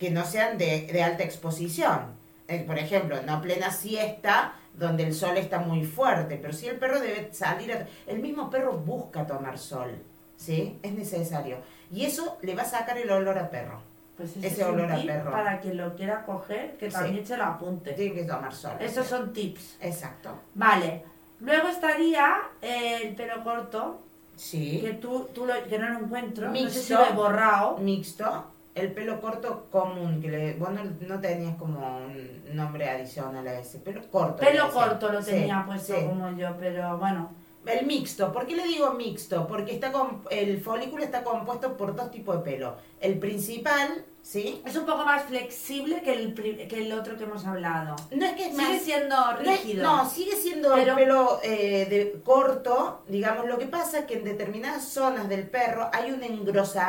[SPEAKER 2] que no sean de, de alta exposición. Eh, Por ejemplo, no plena siesta, donde el sol está muy fuerte, pero si el perro debe salir, a- el mismo perro busca tomar sol, ¿sí? Es necesario. Y eso le va a sacar el olor a perro.
[SPEAKER 1] Pues
[SPEAKER 2] Ese
[SPEAKER 1] es un
[SPEAKER 2] olor a
[SPEAKER 1] tip
[SPEAKER 2] perro.
[SPEAKER 1] Para quien lo quiera coger, que
[SPEAKER 2] Sí.
[SPEAKER 1] también se lo apunte.
[SPEAKER 2] Tiene que tomar sol.
[SPEAKER 1] Esos son tips.
[SPEAKER 2] Exacto.
[SPEAKER 1] Vale. Luego estaría eh, el pelo corto,
[SPEAKER 2] Sí.
[SPEAKER 1] que tú, tú lo- que no lo encuentro. No sé si
[SPEAKER 2] Mixto. Mm.
[SPEAKER 1] lo he borrado.
[SPEAKER 2] mixto, el pelo corto común, que le, vos no, no tenías como un nombre adicional a ese, pelo corto.
[SPEAKER 1] Pelo
[SPEAKER 2] le decía.
[SPEAKER 1] corto lo
[SPEAKER 2] Sí,
[SPEAKER 1] tenía puesto
[SPEAKER 2] sí.
[SPEAKER 1] como yo, pero bueno.
[SPEAKER 2] El mixto, ¿por qué le digo mixto? Porque está com- el folículo está compuesto por dos tipos de pelo. El principal, ¿sí?
[SPEAKER 1] Es un poco más flexible que el, pri- que el otro que hemos hablado.
[SPEAKER 2] No es que es más...
[SPEAKER 1] Sigue siendo
[SPEAKER 2] no es-
[SPEAKER 1] rígido.
[SPEAKER 2] No, sigue siendo
[SPEAKER 1] Pero-
[SPEAKER 2] el pelo eh, de, corto, digamos. Lo que pasa es que en determinadas zonas del perro hay un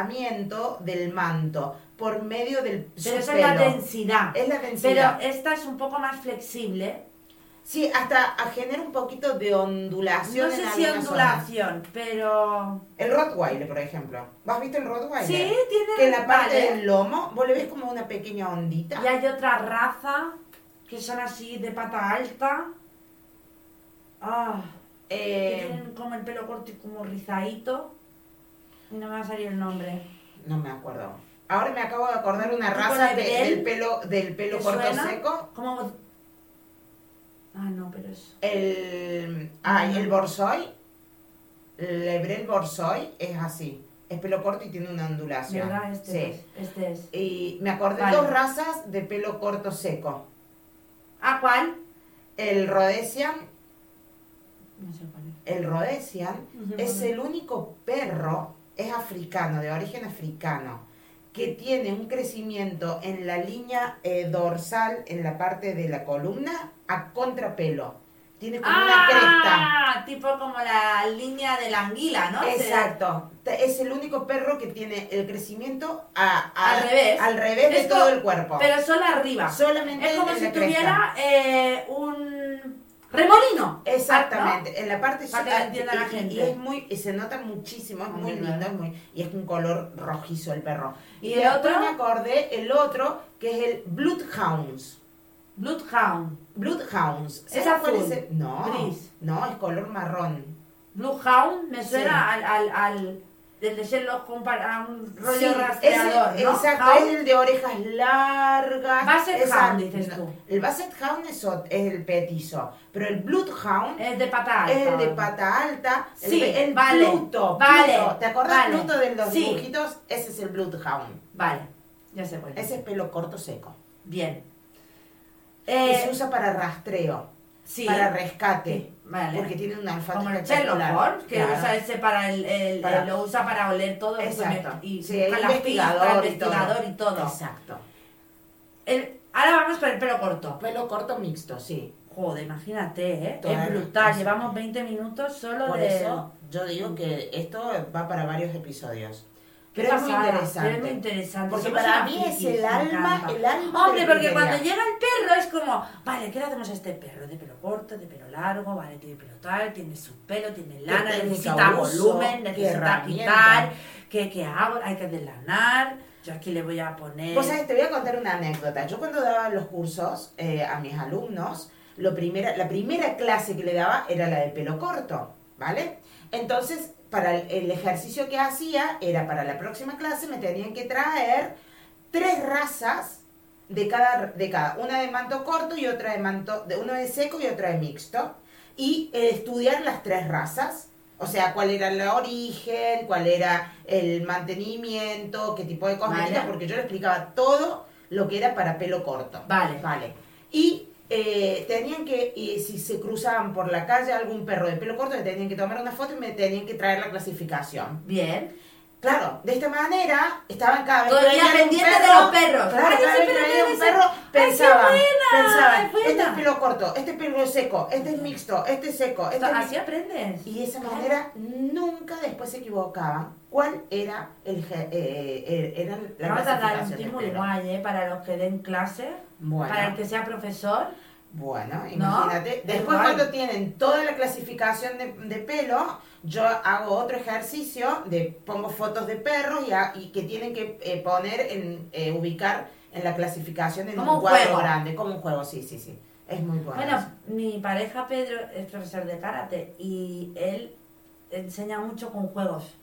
[SPEAKER 2] engrosamiento del manto por medio del
[SPEAKER 1] pero
[SPEAKER 2] su
[SPEAKER 1] esa es la
[SPEAKER 2] pelo.
[SPEAKER 1] densidad.
[SPEAKER 2] Es la
[SPEAKER 1] Pero
[SPEAKER 2] densidad.
[SPEAKER 1] esta es un poco más flexible.
[SPEAKER 2] Sí, hasta a- genera un poquito de ondulación.
[SPEAKER 1] No sé
[SPEAKER 2] en
[SPEAKER 1] si
[SPEAKER 2] algunas zonas.
[SPEAKER 1] ondulación, pero...
[SPEAKER 2] El Rottweiler, por ejemplo. ¿Vos has visto el Rottweiler?
[SPEAKER 1] Sí, tiene...
[SPEAKER 2] Que en la parte
[SPEAKER 1] vale.
[SPEAKER 2] del lomo, vos le ves como una pequeña ondita.
[SPEAKER 1] Y hay otra raza que son así de pata alta. Ah, que
[SPEAKER 2] Eh,
[SPEAKER 1] tienen como el pelo corto y como rizadito. Y no me va a salir el nombre.
[SPEAKER 2] no me acuerdo. Ahora me acabo de acordar una
[SPEAKER 1] ¿Tipo
[SPEAKER 2] raza de-
[SPEAKER 1] Lebel?
[SPEAKER 2] del pelo, del pelo
[SPEAKER 1] ¿Te
[SPEAKER 2] corto
[SPEAKER 1] suena?
[SPEAKER 2] seco.
[SPEAKER 1] Como... Ah, no, pero es...
[SPEAKER 2] El. Ay, el Borsoi. El Lebrel Borsoi es así. Es pelo corto y tiene una ondulación.
[SPEAKER 1] ¿Verdad? Este
[SPEAKER 2] sí.
[SPEAKER 1] es. Este es.
[SPEAKER 2] Y me acordé
[SPEAKER 1] Vale.
[SPEAKER 2] dos razas de pelo corto seco.
[SPEAKER 1] ¿A Ah, cuál?
[SPEAKER 2] El Rhodesian
[SPEAKER 1] No sé cuál es.
[SPEAKER 2] El Rhodesian
[SPEAKER 1] Ujú.
[SPEAKER 2] es el único perro, es africano, de origen africano, que tiene un crecimiento en la línea eh, dorsal, en la parte de la columna, a contrapelo. Tiene como una cresta.
[SPEAKER 1] Ah, tipo como la línea de la anguila, ¿no?
[SPEAKER 2] Exacto. Te- Es el único perro que tiene el crecimiento a- a-
[SPEAKER 1] Al revés.
[SPEAKER 2] al revés de
[SPEAKER 1] Es
[SPEAKER 2] todo
[SPEAKER 1] como-
[SPEAKER 2] el cuerpo.
[SPEAKER 1] Pero solo arriba.
[SPEAKER 2] Solamente
[SPEAKER 1] es como
[SPEAKER 2] en
[SPEAKER 1] si
[SPEAKER 2] la cresta.
[SPEAKER 1] tuviera eh, un Remolino.
[SPEAKER 2] Exactamente, en la parte
[SPEAKER 1] Para que
[SPEAKER 2] sur-
[SPEAKER 1] lo entienda
[SPEAKER 2] y-
[SPEAKER 1] la
[SPEAKER 2] y-
[SPEAKER 1] gente.
[SPEAKER 2] Y es muy, y se nota muchísimo, es muy
[SPEAKER 1] Muy
[SPEAKER 2] lindo,
[SPEAKER 1] bien.
[SPEAKER 2] es muy- y es un color rojizo el perro.
[SPEAKER 1] ¿Y el
[SPEAKER 2] después
[SPEAKER 1] otro?
[SPEAKER 2] me acordé el otro, que es el Bloodhounds.
[SPEAKER 1] Bloodhound.
[SPEAKER 2] Bloodhounds.
[SPEAKER 1] Es
[SPEAKER 2] ¿Sabes cuál
[SPEAKER 1] azul,
[SPEAKER 2] el- No,
[SPEAKER 1] gris.
[SPEAKER 2] no, es color marrón.
[SPEAKER 1] Bloodhound me suena al,
[SPEAKER 2] Sí.
[SPEAKER 1] al, al del de Sherlock Holmes para- a un rollo
[SPEAKER 2] Sí,
[SPEAKER 1] rastreador,
[SPEAKER 2] ese-
[SPEAKER 1] ¿no?
[SPEAKER 2] Exacto,
[SPEAKER 1] Hound.
[SPEAKER 2] es el de orejas largas.
[SPEAKER 1] Basset
[SPEAKER 2] esa-
[SPEAKER 1] Hound, dices
[SPEAKER 2] no,
[SPEAKER 1] tú.
[SPEAKER 2] El Basset Hound es, ot- es el petizo, pero el Bloodhound
[SPEAKER 1] Es de patada.
[SPEAKER 2] Es el de pata alta. el
[SPEAKER 1] Sí,
[SPEAKER 2] de- el
[SPEAKER 1] vale,
[SPEAKER 2] Pluto,
[SPEAKER 1] vale,
[SPEAKER 2] Pluto. ¿Te acordás
[SPEAKER 1] vale.
[SPEAKER 2] Pluto de los
[SPEAKER 1] Sí.
[SPEAKER 2] dibujitos? Ese es el Bloodhound.
[SPEAKER 1] Vale, ya se puede.
[SPEAKER 2] Ese es pelo corto seco.
[SPEAKER 1] Bien.
[SPEAKER 2] Y
[SPEAKER 1] Eh,
[SPEAKER 2] se usa para rastreo,
[SPEAKER 1] sí,
[SPEAKER 2] para rescate.
[SPEAKER 1] Vale.
[SPEAKER 2] Porque tiene un olfato
[SPEAKER 1] como el Sherlock
[SPEAKER 2] espectacular.
[SPEAKER 1] Holmes, que
[SPEAKER 2] Claro.
[SPEAKER 1] usa ese para el, el-
[SPEAKER 2] Para-
[SPEAKER 1] lo usa para oler todo lo que se
[SPEAKER 2] Exacto.
[SPEAKER 1] mezcla- y
[SPEAKER 2] Sí,
[SPEAKER 1] busca
[SPEAKER 2] el
[SPEAKER 1] las pistas,
[SPEAKER 2] investigador, y
[SPEAKER 1] investigador
[SPEAKER 2] todo.
[SPEAKER 1] y todo.
[SPEAKER 2] Exacto.
[SPEAKER 1] El- ahora vamos con el pelo corto.
[SPEAKER 2] Pelo corto mixto, sí.
[SPEAKER 1] Joder, imagínate, ¿eh?
[SPEAKER 2] Toda
[SPEAKER 1] es
[SPEAKER 2] la
[SPEAKER 1] brutal.
[SPEAKER 2] cosa.
[SPEAKER 1] Llevamos 20 minutos solo
[SPEAKER 2] Por
[SPEAKER 1] de.
[SPEAKER 2] eso yo digo que esto va para varios episodios.
[SPEAKER 1] Qué
[SPEAKER 2] Pero es muy
[SPEAKER 1] pasada,
[SPEAKER 2] interesante.
[SPEAKER 1] pero es muy interesante.
[SPEAKER 2] Porque
[SPEAKER 1] Somos
[SPEAKER 2] para
[SPEAKER 1] unas
[SPEAKER 2] mí es
[SPEAKER 1] frikis,
[SPEAKER 2] el
[SPEAKER 1] me
[SPEAKER 2] alma,
[SPEAKER 1] encanta.
[SPEAKER 2] el alma.
[SPEAKER 1] Hombre,
[SPEAKER 2] de
[SPEAKER 1] porque
[SPEAKER 2] Bruguera.
[SPEAKER 1] cuando llega el perro es como, vale, ¿qué le hacemos a este perro? De pelo corto, de pelo largo, vale, tiene pelo tal, tiene su pelo, tiene lana,
[SPEAKER 2] técnica
[SPEAKER 1] necesita
[SPEAKER 2] uso?
[SPEAKER 1] volumen,
[SPEAKER 2] ¿Qué
[SPEAKER 1] necesita
[SPEAKER 2] herramienta?
[SPEAKER 1] pintar, ¿qué, qué hago? Hay que deslanar, yo aquí le voy a poner...
[SPEAKER 2] Vos sabés, te voy a contar una anécdota. Yo cuando daba los cursos eh, a mis alumnos, lo primera, la primera clase que le daba era la de pelo corto, ¿vale? Entonces, para el, el ejercicio que hacía era para la próxima clase me tenían que traer tres razas de cada, de cada, una de manto corto y otra de manto, de uno de seco y otra de mixto, y eh, estudiar las tres razas. O sea, cuál era el origen, cuál era el mantenimiento, qué tipo de cosmética,
[SPEAKER 1] Vale.
[SPEAKER 2] porque yo le explicaba todo lo que era para pelo corto.
[SPEAKER 1] Vale.
[SPEAKER 2] Vale. Y eh, tenían que, y si se cruzaban por la calle algún perro de pelo corto, le tenían que tomar una foto y me tenían que traer la clasificación.
[SPEAKER 1] Bien.
[SPEAKER 2] Claro, de esta manera estaban cada vez
[SPEAKER 1] Todo el
[SPEAKER 2] que
[SPEAKER 1] día
[SPEAKER 2] veían un
[SPEAKER 1] pendiente de los perros.
[SPEAKER 2] Claro,
[SPEAKER 1] Ay,
[SPEAKER 2] cada vez
[SPEAKER 1] ese
[SPEAKER 2] que
[SPEAKER 1] perro
[SPEAKER 2] veían
[SPEAKER 1] tiene
[SPEAKER 2] un
[SPEAKER 1] ese-
[SPEAKER 2] perro,
[SPEAKER 1] ¡Ay, qué
[SPEAKER 2] pensaban,
[SPEAKER 1] buena!
[SPEAKER 2] pensaban,
[SPEAKER 1] ¡Es buena!
[SPEAKER 2] este es pelo corto, este es pelo seco, este es mixto, este es seco, este
[SPEAKER 1] Esto-
[SPEAKER 2] es mixto.
[SPEAKER 1] así aprendes.
[SPEAKER 2] Y de esa manera nunca después se equivocaban cuál era el, ge- eh, eh, era la
[SPEAKER 1] Vamos a dar un
[SPEAKER 2] clasificación
[SPEAKER 1] tip
[SPEAKER 2] del
[SPEAKER 1] muy
[SPEAKER 2] pelo.
[SPEAKER 1] guay, ¿eh? Para los que den clase,
[SPEAKER 2] Bueno.
[SPEAKER 1] para el que sea profesor.
[SPEAKER 2] Bueno, imagínate.
[SPEAKER 1] es
[SPEAKER 2] Después
[SPEAKER 1] guay.
[SPEAKER 2] cuando tienen toda la clasificación de, de pelo, yo hago otro ejercicio de pongo fotos de perros y, a- y que tienen que eh, poner en eh, ubicar en la clasificación en
[SPEAKER 1] Como
[SPEAKER 2] un
[SPEAKER 1] un
[SPEAKER 2] cuadro
[SPEAKER 1] juego.
[SPEAKER 2] grande, como un juego, sí, sí, sí. Es muy bueno.
[SPEAKER 1] Bueno, mi pareja Pedro es profesor de karate y él enseña mucho con juegos.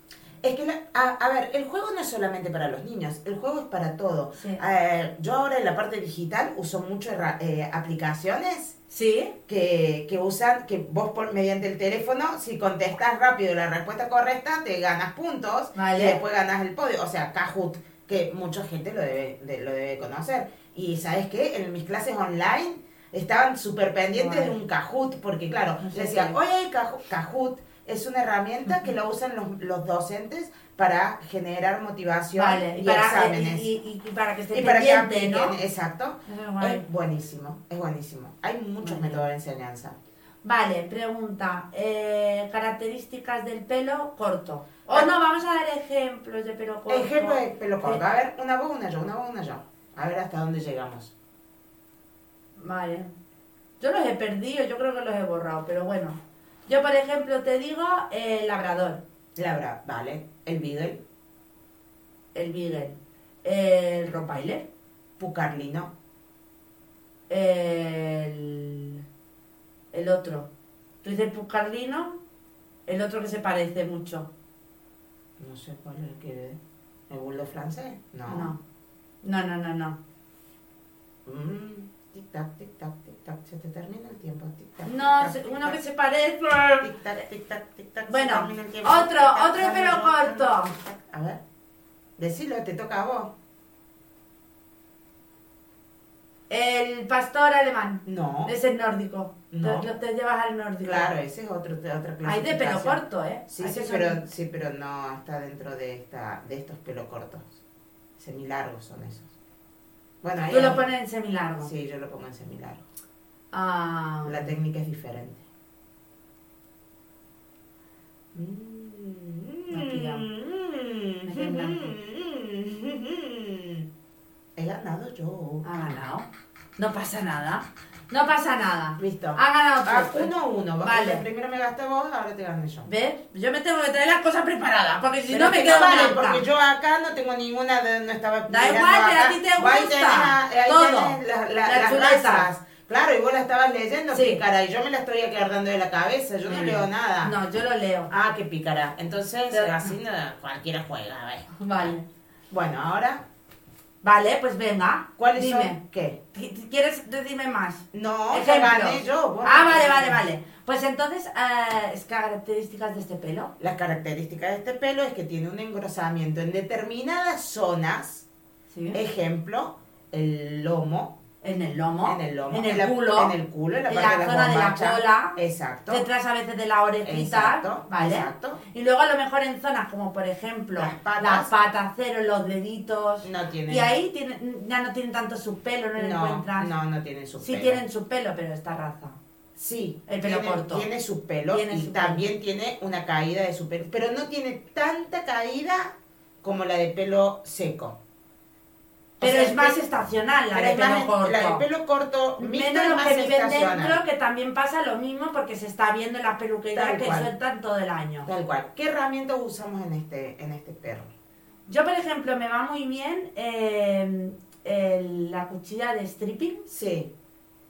[SPEAKER 2] Es que, la- a, a ver, el juego no es solamente para los niños, el juego es para todo.
[SPEAKER 1] Sí.
[SPEAKER 2] Eh, yo ahora en la parte digital uso mucho herra- eh, aplicaciones
[SPEAKER 1] ¿Sí?
[SPEAKER 2] que, que usan, que vos por, mediante el teléfono, si contestas rápido la respuesta correcta, te ganas puntos
[SPEAKER 1] Vale.
[SPEAKER 2] y después ganas el podio. O sea, Kahoot, que mucha gente lo debe, de- lo debe conocer. Y ¿sabes qué? En mis clases online estaban súper pendientes
[SPEAKER 1] Guay.
[SPEAKER 2] de un Kahoot, porque claro,
[SPEAKER 1] No sé
[SPEAKER 2] decían,
[SPEAKER 1] qué.
[SPEAKER 2] oye, Kaho- Kahoot es una herramienta que la usan los, los docentes para generar motivación
[SPEAKER 1] Vale,
[SPEAKER 2] y,
[SPEAKER 1] y para, eh, y,
[SPEAKER 2] exámenes.
[SPEAKER 1] y- y para que esté
[SPEAKER 2] Y para que eh.
[SPEAKER 1] pendiente,
[SPEAKER 2] apliquen,
[SPEAKER 1] ¿no?
[SPEAKER 2] exacto.
[SPEAKER 1] Eso es guay.
[SPEAKER 2] Es buenísimo, es buenísimo. Hay muchos
[SPEAKER 1] Vale.
[SPEAKER 2] métodos de enseñanza.
[SPEAKER 1] Vale, pregunta. eh, características del pelo corto. O no, vamos a dar ejemplos de pelo corto.
[SPEAKER 2] Oh. Ejemplo de pelo corto. A ver, una vos, una yo, una vos, una yo. A ver hasta dónde llegamos.
[SPEAKER 1] Vale. Yo los he perdido, yo creo que los he borrado, pero bueno. Yo, por ejemplo, te digo el labrador,
[SPEAKER 2] Labra, vale. El Beagle,
[SPEAKER 1] el beagle, el rottweiler,
[SPEAKER 2] Pucarlino,
[SPEAKER 1] el, el otro. Tú dices Pucarlino, el otro que se parece mucho.
[SPEAKER 2] no sé cuál es el que... ¿El bulldog francés? No.
[SPEAKER 1] No. No, no, no, no.
[SPEAKER 2] Mm, tic tac, tic tac, tic tac. Se te termina el tiempo. Tic tac.
[SPEAKER 1] No,
[SPEAKER 2] tic,
[SPEAKER 1] se-
[SPEAKER 2] tac,
[SPEAKER 1] uno
[SPEAKER 2] tic,
[SPEAKER 1] que se parece.
[SPEAKER 2] tac, Tic tac, tic tac, tic tac. se
[SPEAKER 1] Bueno,
[SPEAKER 2] termina el tiempo.
[SPEAKER 1] otro,
[SPEAKER 2] Tic, tac,
[SPEAKER 1] otro de
[SPEAKER 2] tac,
[SPEAKER 1] pelo
[SPEAKER 2] tac, tac,
[SPEAKER 1] corto.
[SPEAKER 2] tic, tac. A ver. Decilo, te toca a vos.
[SPEAKER 1] El pastor alemán.
[SPEAKER 2] No.
[SPEAKER 1] Es el nórdico.
[SPEAKER 2] No.
[SPEAKER 1] Te, te llevas al nórdico.
[SPEAKER 2] Claro, ese es otro, otra clase.
[SPEAKER 1] Hay de pelo corto, ¿eh?
[SPEAKER 2] Sí,
[SPEAKER 1] Hay
[SPEAKER 2] sí,
[SPEAKER 1] que son-
[SPEAKER 2] pero, sí, pero no está dentro de esta, de estos pelo cortos. Semilargos son esos. Bueno, ahí
[SPEAKER 1] Tú lo
[SPEAKER 2] hay-
[SPEAKER 1] pones en semilargo.
[SPEAKER 2] Sí, yo lo pongo en semilargo.
[SPEAKER 1] Ah,
[SPEAKER 2] La técnica es diferente. Mm,
[SPEAKER 1] Me he pillado.
[SPEAKER 2] mm,
[SPEAKER 1] quedé en blanco.
[SPEAKER 2] mm, mm, mm. He ganado yo.
[SPEAKER 1] Ah. ha ganado. No pasa nada. No pasa nada.
[SPEAKER 2] Listo.
[SPEAKER 1] Ha ganado
[SPEAKER 2] Ah,
[SPEAKER 1] tú.
[SPEAKER 2] uno a uno. Vale.
[SPEAKER 1] Vale.
[SPEAKER 2] Primero me gasté vos, ahora te gané yo.
[SPEAKER 1] ¿Ves? Yo me tengo que traer las cosas preparadas, porque si
[SPEAKER 2] Pero
[SPEAKER 1] no
[SPEAKER 2] es
[SPEAKER 1] me
[SPEAKER 2] que no
[SPEAKER 1] quedo
[SPEAKER 2] vale,
[SPEAKER 1] blanca.
[SPEAKER 2] porque yo acá no tengo ninguna, de- no estaba
[SPEAKER 1] Da
[SPEAKER 2] mirando
[SPEAKER 1] igual, pero a
[SPEAKER 2] acá.
[SPEAKER 1] ti te
[SPEAKER 2] Vos ahí
[SPEAKER 1] gusta.
[SPEAKER 2] tenés la- ahí
[SPEAKER 1] Todo.
[SPEAKER 2] tenés la- la-
[SPEAKER 1] La
[SPEAKER 2] las
[SPEAKER 1] chuleta.
[SPEAKER 2] razas. Claro, y vos la estabas leyendo,
[SPEAKER 1] Sí. Mm.
[SPEAKER 2] pícara, y yo me la estoy aclarando de la cabeza, yo no leo nada.
[SPEAKER 1] No, yo lo leo.
[SPEAKER 2] Ah, qué pícara. Entonces,
[SPEAKER 1] Pero-
[SPEAKER 2] así no, cualquiera juega, a ver.
[SPEAKER 1] Vale.
[SPEAKER 2] Bueno, ahora,
[SPEAKER 1] Vale, pues venga.
[SPEAKER 2] ¿cuáles
[SPEAKER 1] Dime.
[SPEAKER 2] son? ¿Qué?
[SPEAKER 1] ¿Qui- ¿Quieres decirme más?
[SPEAKER 2] No, ya
[SPEAKER 1] Ejemplos.
[SPEAKER 2] gané yo. vos
[SPEAKER 1] ah,
[SPEAKER 2] no.
[SPEAKER 1] vale, vale, vale. Pues entonces, eh, es características de este pelo.
[SPEAKER 2] Las características de este pelo es que tiene un engrosamiento en determinadas zonas,
[SPEAKER 1] Sí.
[SPEAKER 2] Eh, ejemplo, el lomo,
[SPEAKER 1] en el lomo.
[SPEAKER 2] en el lomo,
[SPEAKER 1] En el
[SPEAKER 2] la-
[SPEAKER 1] culo.
[SPEAKER 2] en el culo, en la,
[SPEAKER 1] en
[SPEAKER 2] parte de
[SPEAKER 1] zona de la
[SPEAKER 2] bombacha.
[SPEAKER 1] cola.
[SPEAKER 2] Exacto.
[SPEAKER 1] Detrás a veces de la orejita.
[SPEAKER 2] Exacto,
[SPEAKER 1] ¿Vale?
[SPEAKER 2] exacto.
[SPEAKER 1] Y luego a lo mejor en zonas como, por ejemplo,
[SPEAKER 2] Las patas.
[SPEAKER 1] las patas, cero, los deditos.
[SPEAKER 2] No tienen.
[SPEAKER 1] Y ahí tienen- ya no tienen tanto su pelo, no lo
[SPEAKER 2] no,
[SPEAKER 1] encuentras.
[SPEAKER 2] no, no tienen su
[SPEAKER 1] sí
[SPEAKER 2] pelo.
[SPEAKER 1] tienen su pelo, pero esta raza.
[SPEAKER 2] Sí,
[SPEAKER 1] el pelo
[SPEAKER 2] tiene,
[SPEAKER 1] corto.
[SPEAKER 2] Tiene su pelo
[SPEAKER 1] Tiene
[SPEAKER 2] y
[SPEAKER 1] su
[SPEAKER 2] también tiene una caída de su pelo, pero no tiene tanta caída como la de pelo seco. O
[SPEAKER 1] Pero
[SPEAKER 2] sea,
[SPEAKER 1] es más
[SPEAKER 2] pe-
[SPEAKER 1] estacional la
[SPEAKER 2] pero
[SPEAKER 1] de
[SPEAKER 2] es
[SPEAKER 1] pelo
[SPEAKER 2] más-
[SPEAKER 1] corto.
[SPEAKER 2] La de pelo corto, mixta
[SPEAKER 1] Menos
[SPEAKER 2] es
[SPEAKER 1] los
[SPEAKER 2] más
[SPEAKER 1] que viven
[SPEAKER 2] estacional.
[SPEAKER 1] dentro, que también pasa lo mismo porque se está viendo en las peluquerías
[SPEAKER 2] Tal
[SPEAKER 1] que
[SPEAKER 2] cual.
[SPEAKER 1] sueltan todo el año.
[SPEAKER 2] Tal cual. ¿Qué herramientas usamos en este, en este perro?
[SPEAKER 1] Yo, por ejemplo, me va muy bien eh, el- la cuchilla de stripping,
[SPEAKER 2] Sí,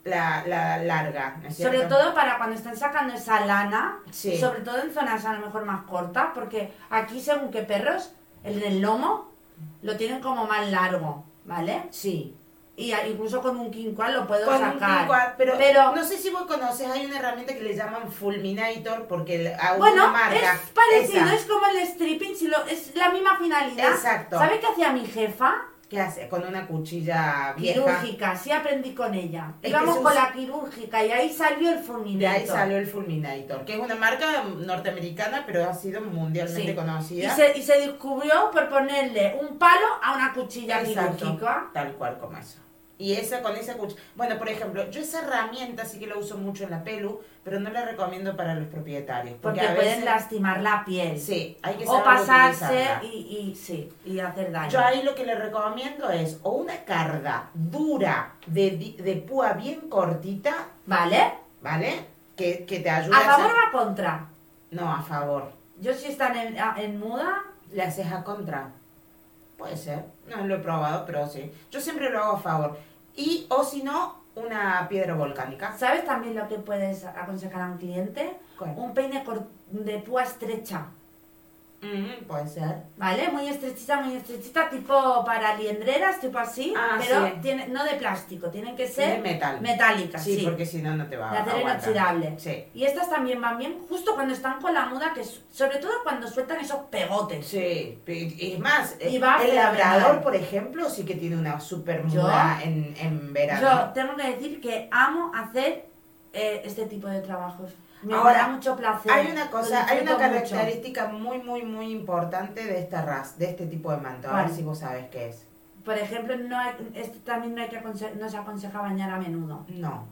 [SPEAKER 2] la, la larga, ¿no es cierto?
[SPEAKER 1] sobre todo para cuando están sacando esa lana,
[SPEAKER 2] Sí.
[SPEAKER 1] sobre todo en zonas a lo mejor más cortas, porque aquí, según qué perros, el del lomo lo tienen como más largo, ¿vale?
[SPEAKER 2] Sí.
[SPEAKER 1] Y a- incluso con un quincual lo puedo
[SPEAKER 2] Con un
[SPEAKER 1] sacar.
[SPEAKER 2] pico, pero, no sé si vos conoces, hay una herramienta que le llaman Fulminator porque el- a una
[SPEAKER 1] Bueno,
[SPEAKER 2] marca.
[SPEAKER 1] es parecido,
[SPEAKER 2] Esa.
[SPEAKER 1] es como el stripping, si lo, es la misma finalidad.
[SPEAKER 2] Exacto.
[SPEAKER 1] ¿Sabe qué hacía mi jefa?
[SPEAKER 2] ¿Qué hace? Con una cuchilla vieja.
[SPEAKER 1] Quirúrgica, sí aprendí con ella.
[SPEAKER 2] Es que
[SPEAKER 1] Íbamos
[SPEAKER 2] se
[SPEAKER 1] con
[SPEAKER 2] usa-
[SPEAKER 1] la quirúrgica y ahí salió el
[SPEAKER 2] De
[SPEAKER 1] fulminator.
[SPEAKER 2] ahí salió el Fulminator, que es una marca norteamericana, pero ha sido mundialmente
[SPEAKER 1] Sí. Y
[SPEAKER 2] conocida.
[SPEAKER 1] se, y se descubrió por ponerle un palo a una cuchilla
[SPEAKER 2] Exacto,
[SPEAKER 1] quirúrgica.
[SPEAKER 2] Tal cual como eso. Y esa con esa cuchilla. Bueno, por ejemplo, yo esa herramienta sí que la uso mucho en la pelu, pero no la recomiendo para los propietarios. Porque,
[SPEAKER 1] Porque
[SPEAKER 2] a
[SPEAKER 1] pueden
[SPEAKER 2] veces.
[SPEAKER 1] lastimar la piel.
[SPEAKER 2] Sí, hay que
[SPEAKER 1] o
[SPEAKER 2] saber
[SPEAKER 1] pasarse
[SPEAKER 2] utilizarla.
[SPEAKER 1] y, y- sí, y hacer daño.
[SPEAKER 2] Yo ahí lo que le recomiendo es o una carga dura de, di- de púa bien cortita,
[SPEAKER 1] ¿Vale?
[SPEAKER 2] ¿vale? Que, que te ayude
[SPEAKER 1] ¿A
[SPEAKER 2] hacer-
[SPEAKER 1] favor o a contra?
[SPEAKER 2] No, a favor.
[SPEAKER 1] Yo si están en, a- en muda,
[SPEAKER 2] Le haces a contra. Puede ser. No lo he probado, pero sí. Yo siempre lo hago a favor. Y, o si no, una piedra volcánica.
[SPEAKER 1] ¿sabes también lo que puedes aconsejar a un cliente?
[SPEAKER 2] ¿Cuál?
[SPEAKER 1] Un peine cor- de púa estrecha.
[SPEAKER 2] Mm, puede ser.
[SPEAKER 1] ¿Vale? Muy estrechita, muy estrechita, tipo para liendreras, tipo así,
[SPEAKER 2] Ah,
[SPEAKER 1] pero
[SPEAKER 2] sí.
[SPEAKER 1] tiene- no de plástico, tienen que
[SPEAKER 2] De
[SPEAKER 1] ser
[SPEAKER 2] metal.
[SPEAKER 1] metálicas,
[SPEAKER 2] Sí,
[SPEAKER 1] sí.
[SPEAKER 2] porque si no, no te va
[SPEAKER 1] de
[SPEAKER 2] a
[SPEAKER 1] acero
[SPEAKER 2] aguantar.
[SPEAKER 1] inoxidable.
[SPEAKER 2] Sí.
[SPEAKER 1] Y estas también van bien justo cuando están con la muda, que su- sobre todo cuando sueltan esos pegotes.
[SPEAKER 2] Sí, y es más,
[SPEAKER 1] Y
[SPEAKER 2] eh,
[SPEAKER 1] va
[SPEAKER 2] el
[SPEAKER 1] fenomenal.
[SPEAKER 2] labrador, por ejemplo, sí que tiene una super muda en, en
[SPEAKER 1] Yo
[SPEAKER 2] verano.
[SPEAKER 1] tengo que decir que amo hacer eh, este tipo de trabajos. Me
[SPEAKER 2] Ahora,
[SPEAKER 1] da mucho placer.
[SPEAKER 2] hay una cosa,
[SPEAKER 1] lo
[SPEAKER 2] hay una
[SPEAKER 1] disfruto mucho.
[SPEAKER 2] característica muy, muy, muy importante de esta raza, de este tipo de manto. A
[SPEAKER 1] ¿Cuál?
[SPEAKER 2] ver si vos sabes qué es.
[SPEAKER 1] Por ejemplo, no hay- este también no, hay que aconse- no se aconseja bañar a menudo.
[SPEAKER 2] No.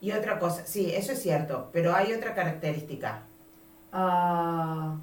[SPEAKER 2] Y otra cosa, sí, eso es cierto, pero hay otra característica.
[SPEAKER 1] Ah,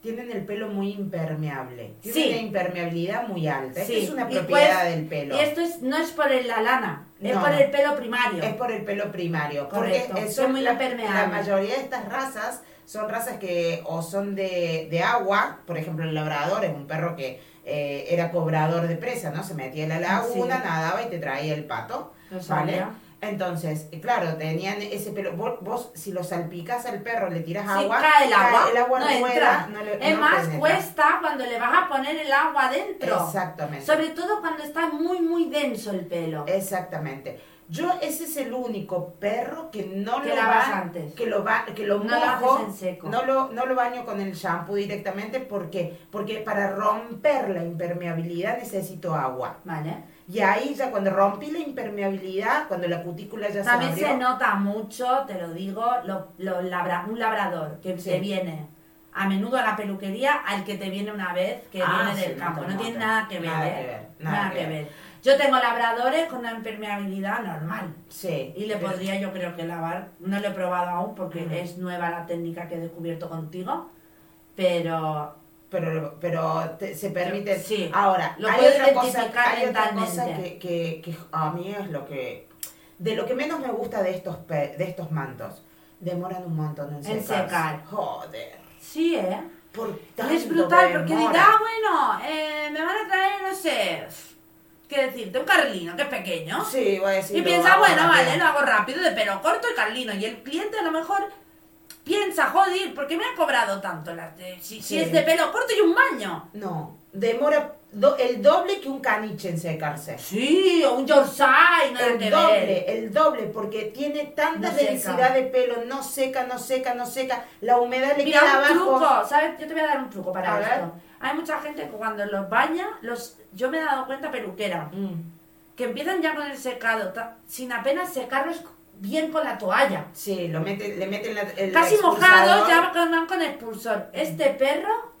[SPEAKER 2] Tienen el pelo muy impermeable. Tienen
[SPEAKER 1] Sí.
[SPEAKER 2] una impermeabilidad muy alta. Esta
[SPEAKER 1] Sí,
[SPEAKER 2] es una
[SPEAKER 1] y
[SPEAKER 2] propiedad
[SPEAKER 1] pues-
[SPEAKER 2] del pelo.
[SPEAKER 1] Y esto es, no es por el- la lana, es
[SPEAKER 2] No.
[SPEAKER 1] por el pelo primario.
[SPEAKER 2] Es por el pelo primario.
[SPEAKER 1] Correcto,
[SPEAKER 2] Porque
[SPEAKER 1] que
[SPEAKER 2] son
[SPEAKER 1] es muy
[SPEAKER 2] la,
[SPEAKER 1] impermeable.
[SPEAKER 2] la mayoría de estas razas son razas que o son de, de agua, por ejemplo el labrador es un perro que eh, era cobrador de presa, ¿no? Se metía en la laguna,
[SPEAKER 1] Ah, Sí.
[SPEAKER 2] nadaba y te traía el pato.
[SPEAKER 1] Lo
[SPEAKER 2] ¿Vale?
[SPEAKER 1] sabía.
[SPEAKER 2] Entonces, eh, claro, tenían ese pelo. Vos, vos, si lo salpicas al perro, le tiras
[SPEAKER 1] Sí,
[SPEAKER 2] agua.
[SPEAKER 1] cae el agua,
[SPEAKER 2] el agua
[SPEAKER 1] no
[SPEAKER 2] rueda,
[SPEAKER 1] entra.
[SPEAKER 2] no le-
[SPEAKER 1] es
[SPEAKER 2] no
[SPEAKER 1] más,
[SPEAKER 2] penetra.
[SPEAKER 1] cuesta cuando le vas a poner el agua dentro.
[SPEAKER 2] Exactamente.
[SPEAKER 1] Sobre todo cuando está muy, muy denso el pelo.
[SPEAKER 2] Eh, Exactamente. Yo ese es el único perro que no
[SPEAKER 1] Que
[SPEAKER 2] lo
[SPEAKER 1] lavas
[SPEAKER 2] ba-
[SPEAKER 1] antes.
[SPEAKER 2] que lo ba- que lo
[SPEAKER 1] No lo
[SPEAKER 2] mojo,
[SPEAKER 1] haces en seco.
[SPEAKER 2] no lo no lo baño con el shampoo directamente porque porque para romper la impermeabilidad necesito agua.
[SPEAKER 1] ¿Vale?
[SPEAKER 2] Y ahí ya cuando rompí la impermeabilidad, cuando la cutícula ya
[SPEAKER 1] También
[SPEAKER 2] se
[SPEAKER 1] se
[SPEAKER 2] abrió,
[SPEAKER 1] nota mucho, te lo digo, lo- lo labra- un labrador que
[SPEAKER 2] Sí.
[SPEAKER 1] te viene a menudo a la peluquería al que te viene una vez que
[SPEAKER 2] Ah,
[SPEAKER 1] viene
[SPEAKER 2] sí,
[SPEAKER 1] del campo.
[SPEAKER 2] nota,
[SPEAKER 1] No tiene
[SPEAKER 2] nota.
[SPEAKER 1] nada que ver,
[SPEAKER 2] Nada
[SPEAKER 1] ¿eh?
[SPEAKER 2] que ver, nada que
[SPEAKER 1] que
[SPEAKER 2] ver.
[SPEAKER 1] ver. Yo tengo labradores con una impermeabilidad normal.
[SPEAKER 2] sí.
[SPEAKER 1] Y le
[SPEAKER 2] Pero-
[SPEAKER 1] podría yo creo que lavar, no lo he probado aún porque
[SPEAKER 2] Ujú.
[SPEAKER 1] es nueva la técnica que he descubierto contigo, pero
[SPEAKER 2] pero, pero te- se permite.
[SPEAKER 1] Sí.
[SPEAKER 2] Ahora,
[SPEAKER 1] Lo
[SPEAKER 2] hay
[SPEAKER 1] puedes
[SPEAKER 2] otra cosa,
[SPEAKER 1] identificar
[SPEAKER 2] hay otra cosa que,
[SPEAKER 1] mentalmente.
[SPEAKER 2] que, que a mí es lo que. De lo que menos me gusta de estos, pe- de estos mantos. Demoran un montón en
[SPEAKER 1] En
[SPEAKER 2] secarse.
[SPEAKER 1] secar.
[SPEAKER 2] Joder.
[SPEAKER 1] Sí, ¿eh?
[SPEAKER 2] Por tanto
[SPEAKER 1] Es brutal, porque
[SPEAKER 2] demora.
[SPEAKER 1] dirá, ah, bueno, eh, me van a traer, no sé, qué decirte, un carlino que es pequeño.
[SPEAKER 2] Sí, voy a decir.
[SPEAKER 1] Y piensa, bueno, vale, lo hago rápido, de pelo corto y carlino. Y el cliente a lo mejor piensa, joder, ¿por qué me ha cobrado tanto? la- de- si, si
[SPEAKER 2] Sí.
[SPEAKER 1] es de pelo corto y un baño.
[SPEAKER 2] No, demora do- el doble que un caniche en secarse.
[SPEAKER 1] Sí, o un yorkshire, nada
[SPEAKER 2] El
[SPEAKER 1] que ver.
[SPEAKER 2] doble, el doble, porque tiene tanta
[SPEAKER 1] No seca.
[SPEAKER 2] densidad de pelo, no seca, no seca, no seca, la humedad le
[SPEAKER 1] Mira, un
[SPEAKER 2] queda abajo.
[SPEAKER 1] truco, ¿sabes? Yo te voy a dar un truco para
[SPEAKER 2] A ver.
[SPEAKER 1] esto. Hay mucha gente que cuando los baña, los, yo me he dado cuenta peluquera,
[SPEAKER 2] Mm,
[SPEAKER 1] que empiezan ya con el secado, ta- sin apenas secarlos bien con la toalla.
[SPEAKER 2] sí, lo mete, le meten la, el
[SPEAKER 1] Casi
[SPEAKER 2] expulsador,
[SPEAKER 1] mojados, ya van con expulsor. Este perro,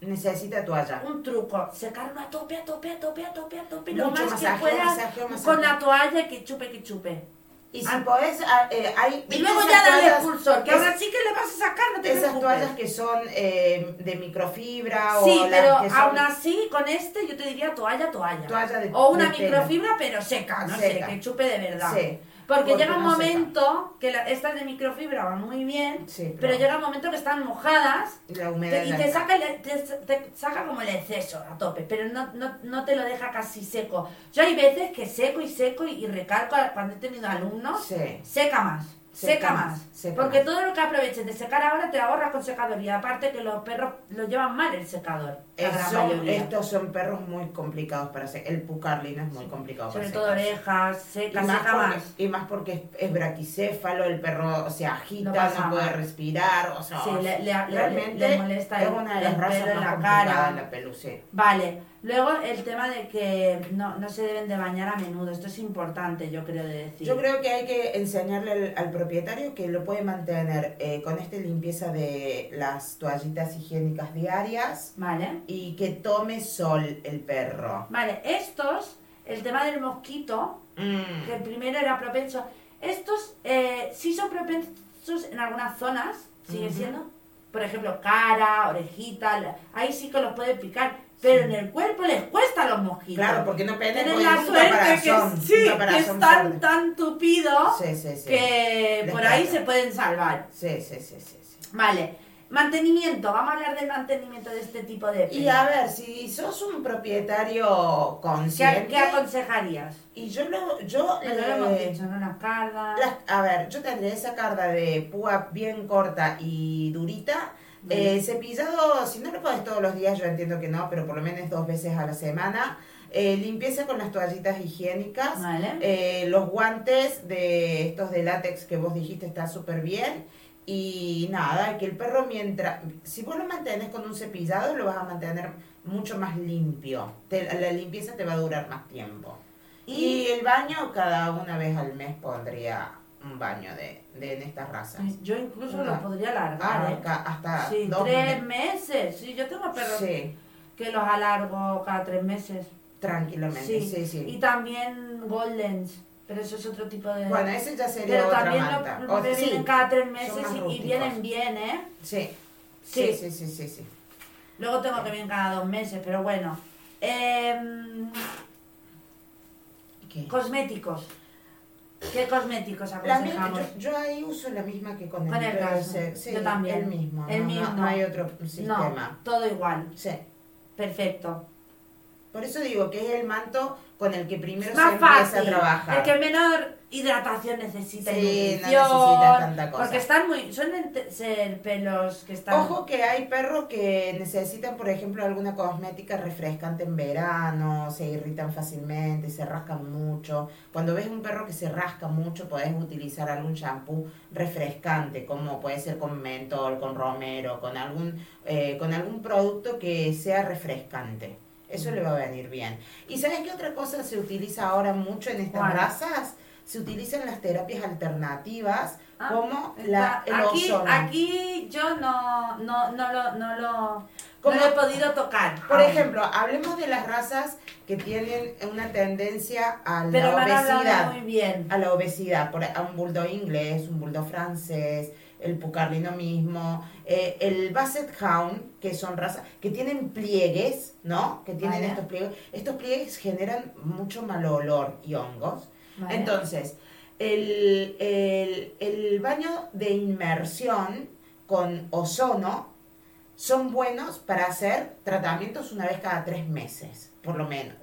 [SPEAKER 2] Necesita toalla.
[SPEAKER 1] un truco, secarlo a tope, a tope, a tope, a tope, a tope, lo
[SPEAKER 2] Mucho
[SPEAKER 1] más que
[SPEAKER 2] masaje,
[SPEAKER 1] puedas,
[SPEAKER 2] masaje, masaje.
[SPEAKER 1] con la toalla que chupe, que chupe.
[SPEAKER 2] Y si
[SPEAKER 1] Ah.
[SPEAKER 2] podés, ah, eh, hay.
[SPEAKER 1] Y luego
[SPEAKER 2] esas
[SPEAKER 1] ya dale
[SPEAKER 2] toallas-
[SPEAKER 1] expulsor, que
[SPEAKER 2] es-
[SPEAKER 1] ahora sí que le vas a sacar, no te
[SPEAKER 2] Esas
[SPEAKER 1] preocupes.
[SPEAKER 2] toallas que son eh, de microfibra
[SPEAKER 1] Sí,
[SPEAKER 2] o las
[SPEAKER 1] pero
[SPEAKER 2] que son
[SPEAKER 1] aún así, con este yo te diría toalla, toalla.
[SPEAKER 2] Toalla de-
[SPEAKER 1] o una
[SPEAKER 2] de pelo.
[SPEAKER 1] microfibra, pero seca, no
[SPEAKER 2] Seca.
[SPEAKER 1] sé, que chupe de verdad.
[SPEAKER 2] Sí,
[SPEAKER 1] Porque,
[SPEAKER 2] porque
[SPEAKER 1] llega un
[SPEAKER 2] no seca.
[SPEAKER 1] momento que la- estas de microfibra van muy bien,
[SPEAKER 2] Sí,
[SPEAKER 1] pero
[SPEAKER 2] pero-
[SPEAKER 1] llega un momento que están mojadas
[SPEAKER 2] la humedad.
[SPEAKER 1] te- y
[SPEAKER 2] en
[SPEAKER 1] te
[SPEAKER 2] la-
[SPEAKER 1] saca, el- te, te saca como el exceso a tope, pero no, no, no te lo deja casi seco. Yo hay veces que seco y seco y recalco a- cuando he tenido alumnos,
[SPEAKER 2] Sí.
[SPEAKER 1] seca más. Seca,
[SPEAKER 2] Seca más,
[SPEAKER 1] más,
[SPEAKER 2] seca
[SPEAKER 1] porque
[SPEAKER 2] más.
[SPEAKER 1] todo lo que aproveches de secar ahora te lo ahorras con secador y aparte que los perros lo llevan mal el secador, la
[SPEAKER 2] Eh,
[SPEAKER 1] gran
[SPEAKER 2] son-
[SPEAKER 1] mayoría.
[SPEAKER 2] estos son perros muy complicados para hacer. El pucarlino es muy complicado para
[SPEAKER 1] Sobre
[SPEAKER 2] hacer.
[SPEAKER 1] todo orejas, seca,
[SPEAKER 2] Y más,
[SPEAKER 1] seca
[SPEAKER 2] porque,
[SPEAKER 1] más.
[SPEAKER 2] y más porque es, es braquicéfalo, el perro se agita,
[SPEAKER 1] No pasa
[SPEAKER 2] no, puede
[SPEAKER 1] nada.
[SPEAKER 2] respirar, o sea,
[SPEAKER 1] Sí, le- le- le-
[SPEAKER 2] realmente
[SPEAKER 1] le molesta
[SPEAKER 2] es
[SPEAKER 1] el-
[SPEAKER 2] una de
[SPEAKER 1] el
[SPEAKER 2] las razas
[SPEAKER 1] pelo en
[SPEAKER 2] más
[SPEAKER 1] la
[SPEAKER 2] complicadas,
[SPEAKER 1] cara.
[SPEAKER 2] la pelu, sí.
[SPEAKER 1] Vale, luego el tema de que no, no se deben de bañar a menudo, esto es importante yo creo de decir.
[SPEAKER 2] Yo creo que hay que enseñarle al, al propietario que lo puede mantener eh, con esta limpieza de las toallitas higiénicas diarias
[SPEAKER 1] Vale.
[SPEAKER 2] y que tome sol el perro.
[SPEAKER 1] Vale, estos, el tema del mosquito,
[SPEAKER 2] Mm.
[SPEAKER 1] que el primero era propenso, estos eh, sí son propensos en algunas zonas, sigue
[SPEAKER 2] Ujú.
[SPEAKER 1] siendo, por ejemplo, cara, orejita, la- ahí sí que los puede picar, pero en el cuerpo les cuesta los mosquitos.
[SPEAKER 2] Claro, porque no pende
[SPEAKER 1] Tienen la suerte que, sí, que están tan tupidos
[SPEAKER 2] Sí, sí, sí.
[SPEAKER 1] que
[SPEAKER 2] Les
[SPEAKER 1] por ahí
[SPEAKER 2] cuesta.
[SPEAKER 1] se pueden salvar.
[SPEAKER 2] Sí, sí, sí, sí, sí.
[SPEAKER 1] Vale, mantenimiento, vamos a hablar del mantenimiento de este tipo de...
[SPEAKER 2] Y a ver, si sos un propietario
[SPEAKER 1] ¿Qué,
[SPEAKER 2] consciente...
[SPEAKER 1] qué aconsejarías?
[SPEAKER 2] y yo lo... Yo,
[SPEAKER 1] Pero
[SPEAKER 2] eh,
[SPEAKER 1] lo hemos dicho, ¿no? Las cargas.
[SPEAKER 2] las- a ver, yo tendré esa carga de púa bien corta y durita. eh, cepillado, si no lo podés todos los días, yo entiendo que no, pero por lo menos dos veces a la semana. Eh, limpieza con las toallitas higiénicas.
[SPEAKER 1] Vale.
[SPEAKER 2] Eh, los guantes de estos de látex que vos dijiste está súper bien. Y nada, que el perro mientras, si vos lo mantenés con un cepillado, lo vas a mantener mucho más limpio. Te- la limpieza te va a durar más tiempo. Y,
[SPEAKER 1] Y-
[SPEAKER 2] el baño, cada una vez al mes pondría un baño de, de en estas razas.
[SPEAKER 1] Yo incluso
[SPEAKER 2] Una-
[SPEAKER 1] lo podría alargar, ¿eh?
[SPEAKER 2] Abarca hasta
[SPEAKER 1] Sí,
[SPEAKER 2] dos
[SPEAKER 1] tres
[SPEAKER 2] meses.
[SPEAKER 1] meses. Sí, yo tengo perros
[SPEAKER 2] Sí,
[SPEAKER 1] que los alargo cada tres meses.
[SPEAKER 2] tranquilamente,
[SPEAKER 1] Sí.
[SPEAKER 2] sí, sí.
[SPEAKER 1] Y también Goldens, pero eso es otro tipo de...
[SPEAKER 2] bueno, ese ya sería
[SPEAKER 1] pero
[SPEAKER 2] otra
[SPEAKER 1] también lo-
[SPEAKER 2] manta.
[SPEAKER 1] lo
[SPEAKER 2] O-
[SPEAKER 1] que
[SPEAKER 2] sí,
[SPEAKER 1] vienen cada tres
[SPEAKER 2] son
[SPEAKER 1] meses
[SPEAKER 2] más
[SPEAKER 1] y- y,
[SPEAKER 2] rústicos.
[SPEAKER 1] vienen bien, ¿eh?
[SPEAKER 2] Sí.
[SPEAKER 1] Sí.
[SPEAKER 2] Sí, sí, sí, sí, sí.
[SPEAKER 1] Luego tengo que vienen cada dos meses, pero bueno. Em,
[SPEAKER 2] ¿Qué?
[SPEAKER 1] cosméticos. ¿Qué cosméticos
[SPEAKER 2] La mi-
[SPEAKER 1] aconsejamos?
[SPEAKER 2] yo, yo ahí uso la misma que con el,
[SPEAKER 1] Con el brazo.
[SPEAKER 2] brazo. Sí,
[SPEAKER 1] Yo también.
[SPEAKER 2] El mismo.
[SPEAKER 1] El
[SPEAKER 2] no,
[SPEAKER 1] mismo.
[SPEAKER 2] No, no hay otro
[SPEAKER 1] no,
[SPEAKER 2] sistema.
[SPEAKER 1] todo igual.
[SPEAKER 2] Sí.
[SPEAKER 1] Perfecto.
[SPEAKER 2] Por eso digo que es el manto con el que primero se
[SPEAKER 1] más
[SPEAKER 2] empieza
[SPEAKER 1] fácil.
[SPEAKER 2] a trabajar.
[SPEAKER 1] El que menor hidratación necesita y
[SPEAKER 2] Sí, no
[SPEAKER 1] nutrición,
[SPEAKER 2] necesita tanta cosa.
[SPEAKER 1] Porque están muy. Son ente- ser pelos que están.
[SPEAKER 2] Ojo que hay perros que necesitan, por ejemplo, alguna cosmética refrescante en verano, se irritan fácilmente, se rascan mucho. Cuando ves un perro que se rasca mucho, podés utilizar algún shampoo refrescante, como puede ser con mentol, con romero, con algún, eh, con algún producto que sea refrescante. Eso le va a venir bien. ¿Y sabes qué otra cosa se utiliza ahora mucho en estas
[SPEAKER 1] ¿Cuál?
[SPEAKER 2] razas? Se utilizan las terapias alternativas
[SPEAKER 1] Ah,
[SPEAKER 2] como la,
[SPEAKER 1] Está-
[SPEAKER 2] el
[SPEAKER 1] aquí,
[SPEAKER 2] ozono.
[SPEAKER 1] aquí yo no, no, no lo, no lo,
[SPEAKER 2] Como-
[SPEAKER 1] no lo he podido tocar.
[SPEAKER 2] Por
[SPEAKER 1] aún.
[SPEAKER 2] ejemplo, hablemos de las razas que tienen una tendencia a la
[SPEAKER 1] Pero me han hablado
[SPEAKER 2] obesidad.
[SPEAKER 1] muy bien.
[SPEAKER 2] A la obesidad, por a un bulldog inglés, un bulldog francés, el pucarlino mismo, eh, el basset hound, que son razas, que tienen pliegues, ¿no? Que tienen
[SPEAKER 1] Vale.
[SPEAKER 2] estos pliegues. Estos pliegues generan mucho mal olor y hongos.
[SPEAKER 1] Vale.
[SPEAKER 2] Entonces, el, el- el baño de inmersión con ozono son buenos para hacer tratamientos una vez cada tres meses, por lo menos.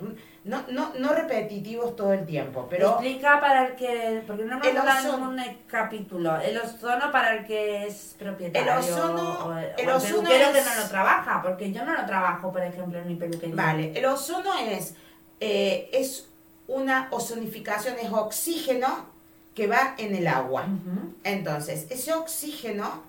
[SPEAKER 2] No, no, no repetitivos todo el tiempo, pero...
[SPEAKER 1] Explica para el que. Porque no me
[SPEAKER 2] El
[SPEAKER 1] hablan en
[SPEAKER 2] ozono.
[SPEAKER 1] un eh, capítulo. El ozono para el que es propietario.
[SPEAKER 2] El ozono-
[SPEAKER 1] O, o
[SPEAKER 2] el
[SPEAKER 1] el
[SPEAKER 2] ozono
[SPEAKER 1] peluquero
[SPEAKER 2] es-
[SPEAKER 1] que no lo trabaja. Porque yo no lo trabajo, por ejemplo, en mi peluquería.
[SPEAKER 2] Vale, el ozono es, eh, es una ozonificación, es oxígeno que va en el agua.
[SPEAKER 1] Ujú.
[SPEAKER 2] Entonces, ese oxígeno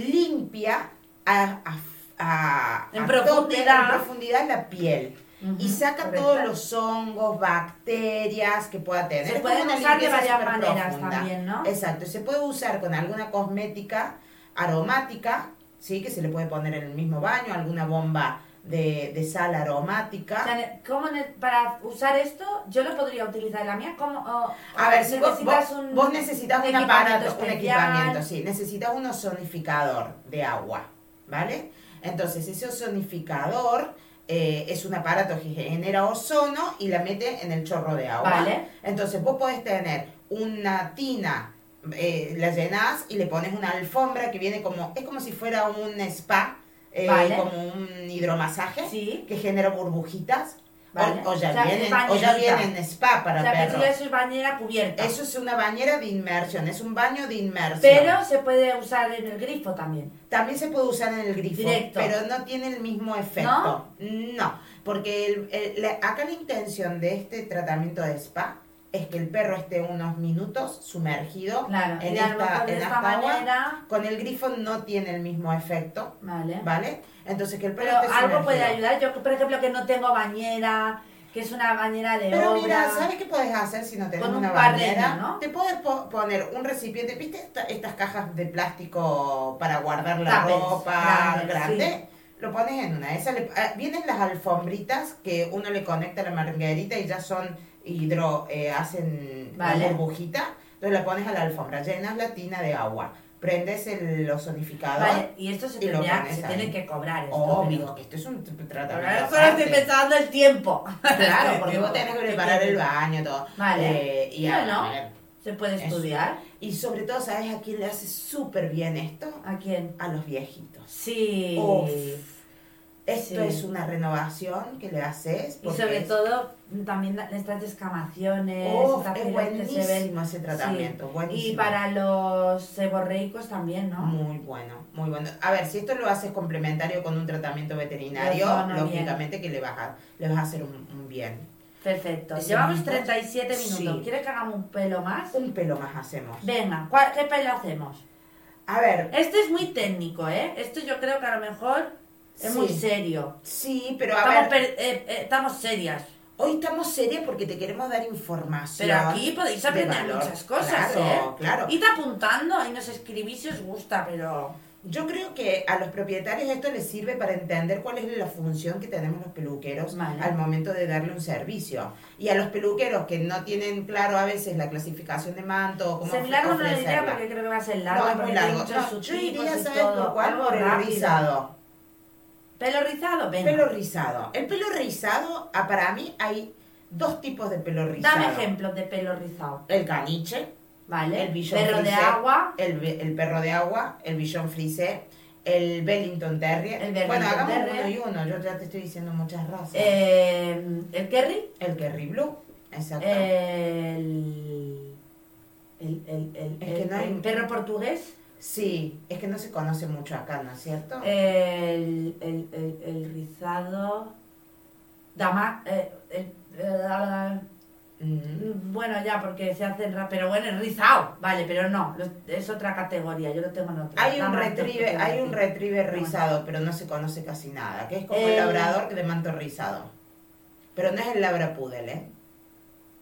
[SPEAKER 2] limpia a, a- a-
[SPEAKER 1] En
[SPEAKER 2] a
[SPEAKER 1] profundidad.
[SPEAKER 2] en profundidad la piel.
[SPEAKER 1] Ujú,
[SPEAKER 2] Y saca
[SPEAKER 1] correcto.
[SPEAKER 2] todos los hongos, bacterias que pueda tener.
[SPEAKER 1] Se
[SPEAKER 2] Es como
[SPEAKER 1] pueden
[SPEAKER 2] una
[SPEAKER 1] usar de
[SPEAKER 2] limpieza
[SPEAKER 1] varias
[SPEAKER 2] súper
[SPEAKER 1] maneras
[SPEAKER 2] profunda.
[SPEAKER 1] también, ¿no?
[SPEAKER 2] Exacto. Se puede usar con alguna cosmética aromática, ¿sí? Que se le puede poner en el mismo baño, alguna bomba de, de sal aromática.
[SPEAKER 1] O sea, ne- ¿cómo ne- para usar esto, yo lo podría utilizar en la mía. ¿Cómo, o-
[SPEAKER 2] A
[SPEAKER 1] o
[SPEAKER 2] ver, si vos,
[SPEAKER 1] necesitas
[SPEAKER 2] vos- vos necesitas un
[SPEAKER 1] equipamiento
[SPEAKER 2] aparato, un
[SPEAKER 1] especial?
[SPEAKER 2] equipamiento, sí, necesitas un ozonificador de agua, ¿vale? Entonces, ese ozonificador eh, es un aparato que genera ozono y la mete en el chorro de agua.
[SPEAKER 1] Vale.
[SPEAKER 2] Entonces, vos podés tener una tina, eh, la llenás y le pones una alfombra que viene como, es como si fuera un spa, eh,
[SPEAKER 1] Vale.
[SPEAKER 2] como un hidromasaje,
[SPEAKER 1] Sí.
[SPEAKER 2] que genera burbujitas. O-
[SPEAKER 1] Vale.
[SPEAKER 2] O, ya
[SPEAKER 1] O sea, es
[SPEAKER 2] vienen, o ya
[SPEAKER 1] bañerita.
[SPEAKER 2] vienen spa para
[SPEAKER 1] O sea, que tú
[SPEAKER 2] perros.
[SPEAKER 1] ya es bañera cubierta.
[SPEAKER 2] Eso es una bañera de inmersión, es un baño de inmersión.
[SPEAKER 1] Pero se puede usar en el grifo también.
[SPEAKER 2] también se puede usar en el grifo,
[SPEAKER 1] Directo.
[SPEAKER 2] pero no tiene el mismo efecto. No, porque el- el- la- acá la intención de este tratamiento de spa es que el perro esté unos minutos sumergido
[SPEAKER 1] Claro.
[SPEAKER 2] en
[SPEAKER 1] y a lo
[SPEAKER 2] esta,
[SPEAKER 1] mejor de
[SPEAKER 2] en
[SPEAKER 1] esta
[SPEAKER 2] esta agua.
[SPEAKER 1] manera.
[SPEAKER 2] Con el grifo no tiene el mismo efecto,
[SPEAKER 1] Vale.
[SPEAKER 2] ¿vale? este Entonces que el perro
[SPEAKER 1] Pero
[SPEAKER 2] esté
[SPEAKER 1] algo
[SPEAKER 2] sumergido.
[SPEAKER 1] puede ayudar. Yo, por ejemplo, que no tengo bañera, que es una bañera de
[SPEAKER 2] Pero
[SPEAKER 1] obra.
[SPEAKER 2] mira, ¿sabes qué podés hacer si no tenés
[SPEAKER 1] Con un
[SPEAKER 2] una
[SPEAKER 1] par de
[SPEAKER 2] bañera?
[SPEAKER 1] ellas, ¿no?
[SPEAKER 2] Te podés po- poner un recipiente, ¿viste esta- estas cajas de plástico para guardar la
[SPEAKER 1] Tuppers,
[SPEAKER 2] ropa grande?
[SPEAKER 1] grandes,
[SPEAKER 2] Lo pones en una de esas. le- ah, vienen las alfombritas que uno le conecta a la margarita y ya son hidro, eh, hacen
[SPEAKER 1] Vale.
[SPEAKER 2] la burbujita. Entonces la pones a la alfombra, llenas la tina de agua, prendes el ozonificador.
[SPEAKER 1] Vale, y esto se,
[SPEAKER 2] Y lo
[SPEAKER 1] tendría-
[SPEAKER 2] pones
[SPEAKER 1] se
[SPEAKER 2] ahí.
[SPEAKER 1] tiene que cobrar. Esto,
[SPEAKER 2] Obvio,
[SPEAKER 1] pero-
[SPEAKER 2] que esto es un t- tratamiento.
[SPEAKER 1] Ahora solo estoy
[SPEAKER 2] aparte.
[SPEAKER 1] pensando este el tiempo.
[SPEAKER 2] Claro, porque vos tenés que preparar el baño, todo.
[SPEAKER 1] Vale.
[SPEAKER 2] Eh, y,
[SPEAKER 1] Bueno.
[SPEAKER 2] a ver,
[SPEAKER 1] ¿Se puede
[SPEAKER 2] Eso.
[SPEAKER 1] estudiar?
[SPEAKER 2] y sobre todo, ¿sabes a quién le hace súper bien esto?
[SPEAKER 1] ¿A quién?
[SPEAKER 2] A los viejitos.
[SPEAKER 1] Sí.
[SPEAKER 2] Uf. Esto
[SPEAKER 1] Sí.
[SPEAKER 2] es una renovación que le haces.
[SPEAKER 1] Y
[SPEAKER 2] porque
[SPEAKER 1] sobre
[SPEAKER 2] es-
[SPEAKER 1] todo también la- estas descamaciones,
[SPEAKER 2] Uf,
[SPEAKER 1] estas
[SPEAKER 2] es
[SPEAKER 1] ferias que se ven.
[SPEAKER 2] buenísimo ese tratamiento.
[SPEAKER 1] Sí.
[SPEAKER 2] Buenísimo.
[SPEAKER 1] Y para los seborreicos también, ¿no?
[SPEAKER 2] Muy bueno, muy bueno. A ver, si esto lo haces complementario con un tratamiento veterinario,
[SPEAKER 1] Eso no bien.
[SPEAKER 2] lógicamente que le vas a, le vas a hacer un, un bien.
[SPEAKER 1] Perfecto.
[SPEAKER 2] Sí.
[SPEAKER 1] Llevamos 37 minutos.
[SPEAKER 2] Sí.
[SPEAKER 1] ¿Quieres que hagamos un pelo más?
[SPEAKER 2] Un pelo más hacemos.
[SPEAKER 1] Venga, ¿cuál- ¿qué pelo hacemos?
[SPEAKER 2] A ver,
[SPEAKER 1] Este es muy técnico, ¿eh? Esto yo creo que a lo mejor es
[SPEAKER 2] Sí.
[SPEAKER 1] muy serio.
[SPEAKER 2] sí, pero a
[SPEAKER 1] Estamos,
[SPEAKER 2] ver.
[SPEAKER 1] per- eh, eh, estamos serias.
[SPEAKER 2] Hoy estamos serias porque te queremos dar información.
[SPEAKER 1] Pero aquí podéis
[SPEAKER 2] de
[SPEAKER 1] aprender
[SPEAKER 2] valor.
[SPEAKER 1] muchas cosas,
[SPEAKER 2] Claro,
[SPEAKER 1] ¿eh?
[SPEAKER 2] claro.
[SPEAKER 1] Id apuntando y nos escribís si os gusta, pero...
[SPEAKER 2] Yo creo que a los propietarios esto les sirve para entender cuál es la función que tenemos los peluqueros
[SPEAKER 1] Vale.
[SPEAKER 2] al momento de darle un servicio. Y a los peluqueros que no tienen claro a veces la clasificación de manto o cómo
[SPEAKER 1] Se me larga una idea
[SPEAKER 2] ofrecerla.
[SPEAKER 1] porque creo que va a ser largo.
[SPEAKER 2] No, es muy
[SPEAKER 1] porque
[SPEAKER 2] largo.
[SPEAKER 1] tiene muchos
[SPEAKER 2] No, yo
[SPEAKER 1] subtipos
[SPEAKER 2] iría,
[SPEAKER 1] y
[SPEAKER 2] ¿sabes por
[SPEAKER 1] todo.
[SPEAKER 2] cuál?
[SPEAKER 1] Algo
[SPEAKER 2] Por el
[SPEAKER 1] rápido.
[SPEAKER 2] rizado.
[SPEAKER 1] ¿Pelo rizado? Venga.
[SPEAKER 2] Pelo rizado. El pelo rizado, ah, para mí, hay dos tipos de pelo rizado.
[SPEAKER 1] Dame ejemplos de pelo rizado.
[SPEAKER 2] El caniche,
[SPEAKER 1] ¿Vale?
[SPEAKER 2] El billón
[SPEAKER 1] Perro de
[SPEAKER 2] frisé.
[SPEAKER 1] agua.
[SPEAKER 2] el, be- el perro de agua, el billón frisé, el Bellington Terrier.
[SPEAKER 1] El Bellington
[SPEAKER 2] bueno, hagamos
[SPEAKER 1] Terrier.
[SPEAKER 2] uno y uno, yo ya te estoy diciendo muchas razas.
[SPEAKER 1] eh, el Kerry.
[SPEAKER 2] el Kerry Blue, exacto.
[SPEAKER 1] eh, El... El, el, el-
[SPEAKER 2] Es que no hay-
[SPEAKER 1] el perro portugués.
[SPEAKER 2] sí, es que no se conoce mucho acá, ¿no es cierto?
[SPEAKER 1] eh, El, el, el, el rizado. Dama. eh, el- eh,
[SPEAKER 2] Mm,
[SPEAKER 1] bueno, ya, porque se hacen. ra- Pero bueno, el rizado. Vale, pero no. los- es otra categoría. Yo lo tengo en otra.
[SPEAKER 2] Hay un
[SPEAKER 1] Dama, esto es
[SPEAKER 2] retriever,
[SPEAKER 1] lo que
[SPEAKER 2] hay
[SPEAKER 1] te
[SPEAKER 2] un
[SPEAKER 1] voy a decir.
[SPEAKER 2] retriever
[SPEAKER 1] Bueno.
[SPEAKER 2] rizado, pero no se conoce casi nada, que es como el
[SPEAKER 1] Eh.
[SPEAKER 2] labrador de manto rizado. Pero no es el labrapudel, ¿eh?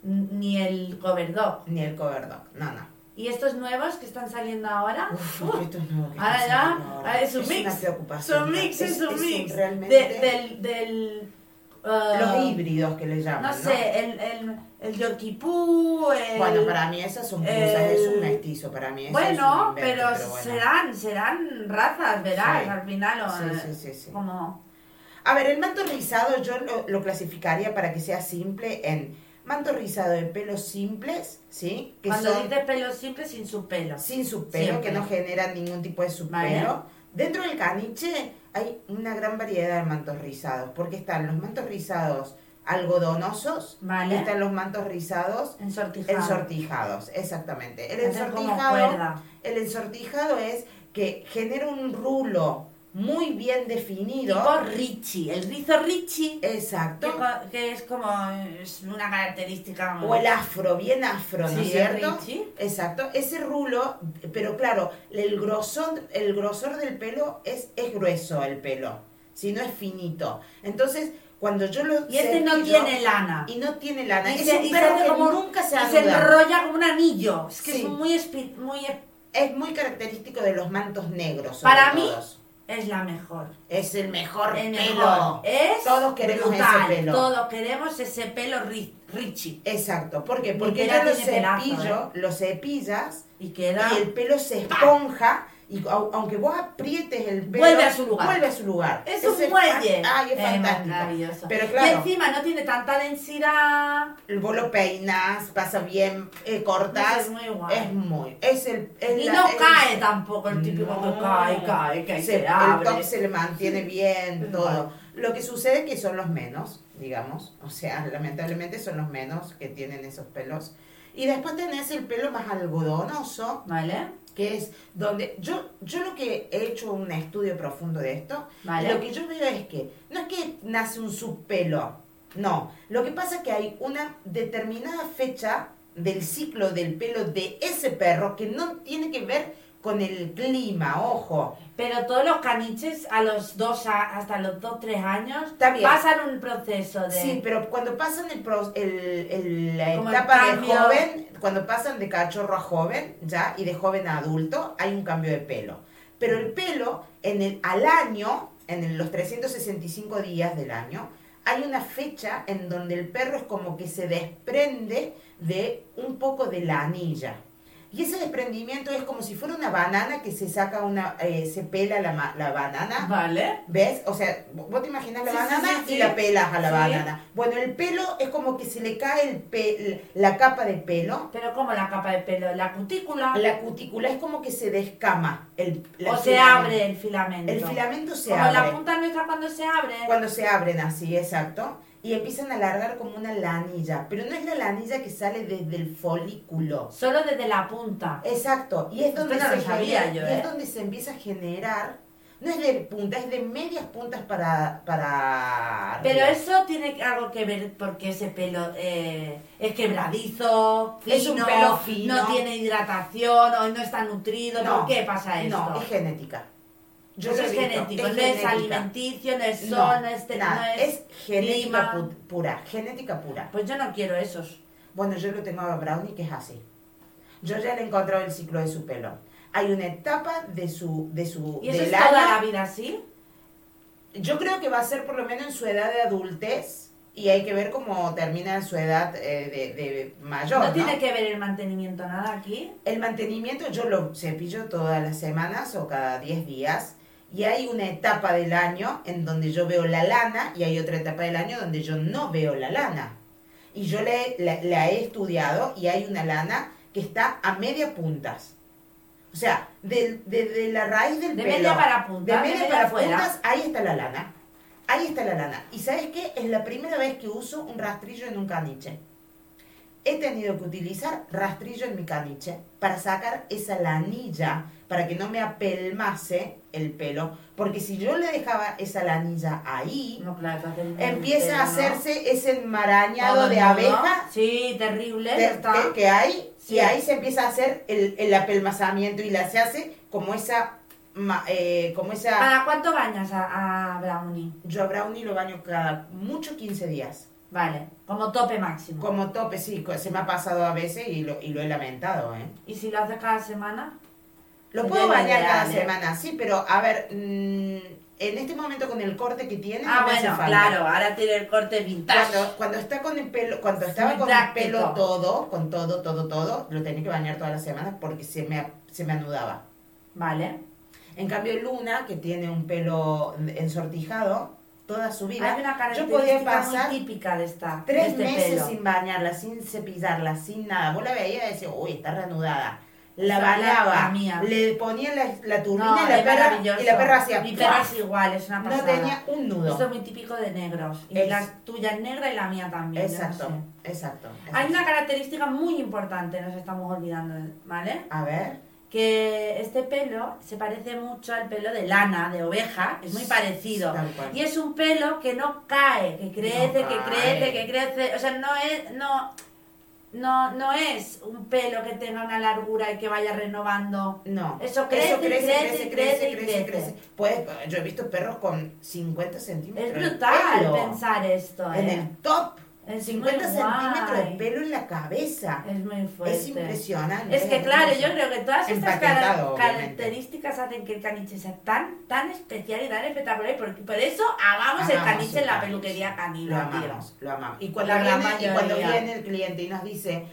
[SPEAKER 1] Ni el coverdog.
[SPEAKER 2] Ni el cover dog, no, no.
[SPEAKER 1] ¿Y estos nuevos que están saliendo ahora?
[SPEAKER 2] Uf,
[SPEAKER 1] ¡Uh!
[SPEAKER 2] esto es nuevo que está
[SPEAKER 1] ahora ya,
[SPEAKER 2] saliendo ahora.
[SPEAKER 1] ahora es un
[SPEAKER 2] una
[SPEAKER 1] mix. Es
[SPEAKER 2] preocupación.
[SPEAKER 1] un mix, es un mix.
[SPEAKER 2] realmente-
[SPEAKER 1] De- del, del eh,
[SPEAKER 2] Los híbridos que le llaman.
[SPEAKER 1] No sé, el, el, el Yorkie Poo, el-
[SPEAKER 2] Bueno, para mí eso es un, o sea,
[SPEAKER 1] el-
[SPEAKER 2] es un mestizo, para mí. eso es un
[SPEAKER 1] Bueno,
[SPEAKER 2] invento,
[SPEAKER 1] pero,
[SPEAKER 2] bueno.
[SPEAKER 1] serán, serán razas, verás,
[SPEAKER 2] Sí.
[SPEAKER 1] al final. O,
[SPEAKER 2] Sí, sí, sí, sí.
[SPEAKER 1] eh, Como...
[SPEAKER 2] A ver, el manto rizado yo lo, lo clasificaría para que sea simple en manto rizado de pelos simples, ¿sí? Que
[SPEAKER 1] Cuando
[SPEAKER 2] son
[SPEAKER 1] dices pelo simple, sin su pelo.
[SPEAKER 2] sin subpelo,
[SPEAKER 1] Siempre.
[SPEAKER 2] que no generan ningún tipo de subpelo.
[SPEAKER 1] Vale.
[SPEAKER 2] Dentro del caniche hay una gran variedad de mantos rizados, porque están los mantos rizados algodonosos,
[SPEAKER 1] Vale.
[SPEAKER 2] y están los mantos rizados
[SPEAKER 1] Ensortijado.
[SPEAKER 2] ensortijados, exactamente. El
[SPEAKER 1] Hacen como
[SPEAKER 2] ensortijado,
[SPEAKER 1] cuerda.
[SPEAKER 2] el ensortijado es que genera un rulo muy bien definido.
[SPEAKER 1] Tipo Richie, el rizo Richie,
[SPEAKER 2] Exacto.
[SPEAKER 1] que, co- que es como es una característica.
[SPEAKER 2] O el afro, bien afro, ¿no es
[SPEAKER 1] Sí,
[SPEAKER 2] cierto?
[SPEAKER 1] Richie.
[SPEAKER 2] Exacto, ese rulo, pero claro, el grosor, el grosor del pelo es, es grueso el pelo, si no es finito. Entonces, cuando yo lo
[SPEAKER 1] Y este no
[SPEAKER 2] cepillo-
[SPEAKER 1] tiene lana.
[SPEAKER 2] y no tiene lana,
[SPEAKER 1] Y
[SPEAKER 2] es
[SPEAKER 1] se-
[SPEAKER 2] un
[SPEAKER 1] y se
[SPEAKER 2] perro
[SPEAKER 1] hace
[SPEAKER 2] que
[SPEAKER 1] como-
[SPEAKER 2] nunca se
[SPEAKER 1] y se
[SPEAKER 2] anuda.
[SPEAKER 1] enrolla como un anillo. Es que
[SPEAKER 2] Sí.
[SPEAKER 1] es muy, espi- muy es-
[SPEAKER 2] Es muy característico de los mantos negros. sobre
[SPEAKER 1] Para mí
[SPEAKER 2] todos.
[SPEAKER 1] es la mejor.
[SPEAKER 2] es el mejor
[SPEAKER 1] El
[SPEAKER 2] pelo.
[SPEAKER 1] mejor. Es
[SPEAKER 2] todos queremos
[SPEAKER 1] brutal.
[SPEAKER 2] ese pelo.
[SPEAKER 1] Todos queremos ese pelo ri- Richie.
[SPEAKER 2] Exacto, ¿por qué?
[SPEAKER 1] Mi
[SPEAKER 2] Porque
[SPEAKER 1] pelo
[SPEAKER 2] ya lo
[SPEAKER 1] tiene pelazo, ¿eh?
[SPEAKER 2] cepillo, lo cepillas
[SPEAKER 1] Y queda.
[SPEAKER 2] y el pelo se esponja y au- aunque vos aprietes el pelo
[SPEAKER 1] Vuelve a su lugar.
[SPEAKER 2] vuelve a su lugar
[SPEAKER 1] Es
[SPEAKER 2] Ese
[SPEAKER 1] un muelle.
[SPEAKER 2] fan- ay es
[SPEAKER 1] Eh,
[SPEAKER 2] fantástico
[SPEAKER 1] maravilloso.
[SPEAKER 2] pero
[SPEAKER 1] Y
[SPEAKER 2] claro
[SPEAKER 1] encima no tiene tanta densidad.
[SPEAKER 2] vos lo peinas pasa bien eh,
[SPEAKER 1] No sé,
[SPEAKER 2] cortas
[SPEAKER 1] es muy guay.
[SPEAKER 2] es muy es el es
[SPEAKER 1] Y
[SPEAKER 2] la-
[SPEAKER 1] no
[SPEAKER 2] es-
[SPEAKER 1] cae tampoco el típico
[SPEAKER 2] No.
[SPEAKER 1] que cae, cae, que
[SPEAKER 2] se-
[SPEAKER 1] se,
[SPEAKER 2] el
[SPEAKER 1] abre.
[SPEAKER 2] top se le mantiene bien
[SPEAKER 1] Es
[SPEAKER 2] todo lo que sucede es que son los menos digamos o sea lamentablemente son los menos que tienen esos pelos y después tenés el pelo más algodonoso
[SPEAKER 1] ¿Vale?
[SPEAKER 2] que es donde yo yo lo que he hecho un estudio profundo de esto
[SPEAKER 1] Vale.
[SPEAKER 2] lo que yo veo es que no es que nace un subpelo no lo que pasa es que hay una determinada fecha del ciclo del pelo de ese perro que no tiene que ver con el clima ojo
[SPEAKER 1] Pero todos los caniches a los dos, a- hasta los dos, tres años,
[SPEAKER 2] Está bien.
[SPEAKER 1] pasan un proceso de...
[SPEAKER 2] sí pero cuando pasan el, pro- el- el- la
[SPEAKER 1] Como el
[SPEAKER 2] etapa de
[SPEAKER 1] cambio.
[SPEAKER 2] joven cuando pasan de cachorro a joven ya y de joven a adulto hay un cambio de pelo pero el pelo en el, al año, en el- los 365 días del año, hay una fecha en donde el perro es como que se desprende de un poco de la anilla. Y ese desprendimiento es como si fuera una banana que se saca una, eh, se pela la, ma- la banana.
[SPEAKER 1] ¿Vale?
[SPEAKER 2] ¿Ves? O sea, vos te imaginas la
[SPEAKER 1] Sí, sí,
[SPEAKER 2] banana
[SPEAKER 1] sí, sí.
[SPEAKER 2] y la pelas a la
[SPEAKER 1] Sí.
[SPEAKER 2] banana. Bueno, el pelo es como que se le cae el pe- la capa de pelo.
[SPEAKER 1] Pero como la capa de pelo, la cutícula,
[SPEAKER 2] La cutícula es como que se descama. El, la
[SPEAKER 1] o se
[SPEAKER 2] filamento.
[SPEAKER 1] abre el filamento.
[SPEAKER 2] El filamento se
[SPEAKER 1] como
[SPEAKER 2] abre.
[SPEAKER 1] la punta nuestra cuando se abre.
[SPEAKER 2] Cuando se abren así, exacto. Y empiezan a alargar como una lanilla. Pero no es la lanilla que sale desde el folículo.
[SPEAKER 1] Solo desde la punta.
[SPEAKER 2] Exacto. Y es
[SPEAKER 1] Esto
[SPEAKER 2] donde,
[SPEAKER 1] no
[SPEAKER 2] se
[SPEAKER 1] lo sabía
[SPEAKER 2] genera-
[SPEAKER 1] yo,
[SPEAKER 2] y es
[SPEAKER 1] ¿eh?
[SPEAKER 2] donde se empieza a generar. No es de punta, es de medias puntas para. para
[SPEAKER 1] Pero
[SPEAKER 2] arriba.
[SPEAKER 1] eso tiene algo que ver porque ese pelo eh, es quebradizo, fino,
[SPEAKER 2] Es un pelo fino.
[SPEAKER 1] no tiene hidratación, o no está nutrido.
[SPEAKER 2] No.
[SPEAKER 1] ¿Por qué pasa esto?
[SPEAKER 2] No, es genética. Yo
[SPEAKER 1] Eso
[SPEAKER 2] lo he
[SPEAKER 1] es
[SPEAKER 2] visto,
[SPEAKER 1] genético, no es
[SPEAKER 2] genética.
[SPEAKER 1] alimenticio, no es sol,
[SPEAKER 2] No,
[SPEAKER 1] no, es, te-
[SPEAKER 2] nada,
[SPEAKER 1] no
[SPEAKER 2] es genética
[SPEAKER 1] clima.
[SPEAKER 2] pu- pura, genética pura.
[SPEAKER 1] Pues yo no quiero esos.
[SPEAKER 2] Bueno, yo lo tengo a Brownie que es así. Yo ya le he encontrado el ciclo de su pelo. Hay una etapa de su de su
[SPEAKER 1] ¿Y eso
[SPEAKER 2] del
[SPEAKER 1] es toda la
[SPEAKER 2] año.
[SPEAKER 1] vida así?
[SPEAKER 2] Yo creo que va a ser por lo menos en su edad de adultez y hay que ver cómo termina en su edad eh, de, de mayor.
[SPEAKER 1] no,
[SPEAKER 2] ¿no?
[SPEAKER 1] tiene que ver el mantenimiento nada aquí.
[SPEAKER 2] El mantenimiento yo lo cepillo todas las semanas o cada 10 días y hay una etapa del año en donde yo veo la lana y hay otra etapa del año donde yo no veo la lana. Y yo le- la, la he estudiado y hay una lana que está a media puntas. O sea, del- desde la raíz del
[SPEAKER 1] De
[SPEAKER 2] pelo.
[SPEAKER 1] media para punta,
[SPEAKER 2] De
[SPEAKER 1] de
[SPEAKER 2] media,
[SPEAKER 1] media
[SPEAKER 2] para
[SPEAKER 1] afuera.
[SPEAKER 2] puntas, ahí está la lana. Ahí está la lana. ¿Y sabes qué? Es la primera vez que uso un rastrillo en un caniche he tenido que utilizar rastrillo en mi caniche para sacar esa lanilla, para que no me apelmase el pelo, porque si yo le dejaba esa lanilla ahí,
[SPEAKER 1] No, claro, entonces-
[SPEAKER 2] empieza a
[SPEAKER 1] pero no.
[SPEAKER 2] hacerse ese
[SPEAKER 1] Todo
[SPEAKER 2] enmarañado
[SPEAKER 1] el
[SPEAKER 2] de
[SPEAKER 1] mundo.
[SPEAKER 2] abeja
[SPEAKER 1] Sí, terrible.
[SPEAKER 2] de-
[SPEAKER 1] ya está.
[SPEAKER 2] que, que hay,
[SPEAKER 1] Sí.
[SPEAKER 2] y ahí se empieza a hacer el, el apelmazamiento y la se hace como esa... ma- eh, como esa
[SPEAKER 1] ¿Para cuánto bañas a, a Brownie?
[SPEAKER 2] yo a Brownie lo baño cada mucho 15 días.
[SPEAKER 1] Vale, como tope máximo.
[SPEAKER 2] Como tope, sí, co- se me ha pasado a veces y lo, y lo he lamentado, ¿eh?
[SPEAKER 1] ¿Y si lo haces cada semana?
[SPEAKER 2] Lo puedo bañar cada semana, sí, pero a ver, mm, en este momento con el corte que tiene.
[SPEAKER 1] Ah,
[SPEAKER 2] no me hace
[SPEAKER 1] bueno,
[SPEAKER 2] falta.
[SPEAKER 1] claro, ahora tiene el corte vintage.
[SPEAKER 2] Cuando, cuando está con el pelo, cuando estaba
[SPEAKER 1] muy
[SPEAKER 2] con
[SPEAKER 1] práctico.
[SPEAKER 2] el pelo todo, con todo, todo, todo, lo tenía que bañar todas las semanas porque se me, se me anudaba.
[SPEAKER 1] Vale.
[SPEAKER 2] En cambio, Luna, que tiene un pelo ensortijado, toda su vida,
[SPEAKER 1] Hay una
[SPEAKER 2] yo
[SPEAKER 1] característica
[SPEAKER 2] podía pasar
[SPEAKER 1] muy típica de esta. de
[SPEAKER 2] tres
[SPEAKER 1] este
[SPEAKER 2] meses
[SPEAKER 1] pelo.
[SPEAKER 2] sin bañarla, sin cepillarla, sin nada. Vos la veías y decías, uy, está reanudada. La
[SPEAKER 1] Esa es la- la
[SPEAKER 2] balaba,
[SPEAKER 1] mía.
[SPEAKER 2] le ponía la, la turbina
[SPEAKER 1] No,
[SPEAKER 2] y, la
[SPEAKER 1] es
[SPEAKER 2] perra,
[SPEAKER 1] maravilloso.
[SPEAKER 2] y la perra hacía.
[SPEAKER 1] Mi perra
[SPEAKER 2] ¡pua!
[SPEAKER 1] es igual, es una
[SPEAKER 2] no
[SPEAKER 1] pasada.
[SPEAKER 2] tenía un nudo.
[SPEAKER 1] Esto es muy típico de negros. Y
[SPEAKER 2] Es-
[SPEAKER 1] la tuya es negra y la mía también. yo no
[SPEAKER 2] Exacto,
[SPEAKER 1] sé.
[SPEAKER 2] exacto.
[SPEAKER 1] Hay
[SPEAKER 2] exacto.
[SPEAKER 1] una característica muy importante, nos estamos olvidando, ¿vale?
[SPEAKER 2] A ver.
[SPEAKER 1] Que este pelo se parece mucho al pelo de lana, de oveja, es muy parecido.
[SPEAKER 2] Tal cual.
[SPEAKER 1] Y es un pelo que no cae, que crece,
[SPEAKER 2] No
[SPEAKER 1] que
[SPEAKER 2] cae.
[SPEAKER 1] crece, que crece. O sea, no es, no, no, no es un pelo que tenga una largura y que vaya renovando.
[SPEAKER 2] No.
[SPEAKER 1] Eso crece, crece, crece, crece.
[SPEAKER 2] Puedes- Pues, yo he visto perros con 50 centímetros.
[SPEAKER 1] Es
[SPEAKER 2] de
[SPEAKER 1] brutal
[SPEAKER 2] pelo.
[SPEAKER 1] pensar esto,
[SPEAKER 2] En
[SPEAKER 1] ¿eh?
[SPEAKER 2] el top.
[SPEAKER 1] Es
[SPEAKER 2] 50
[SPEAKER 1] muy guay.
[SPEAKER 2] centímetros de pelo en la cabeza.
[SPEAKER 1] Es muy fuerte.
[SPEAKER 2] Es impresionante.
[SPEAKER 1] Es que claro, yo creo que todas estas cara-
[SPEAKER 2] Empaquetado, obviamente.
[SPEAKER 1] características hacen que el caniche sea tan, tan especial y tan espectacular. Y por, por eso amamos, el
[SPEAKER 2] Amamos
[SPEAKER 1] caniche en
[SPEAKER 2] el
[SPEAKER 1] la
[SPEAKER 2] caniche.
[SPEAKER 1] peluquería
[SPEAKER 2] Lo
[SPEAKER 1] canina, tío.
[SPEAKER 2] amamos, lo amamos. Y cuando,
[SPEAKER 1] La gran
[SPEAKER 2] viene, y cuando
[SPEAKER 1] mayoría.
[SPEAKER 2] viene el cliente y nos dice,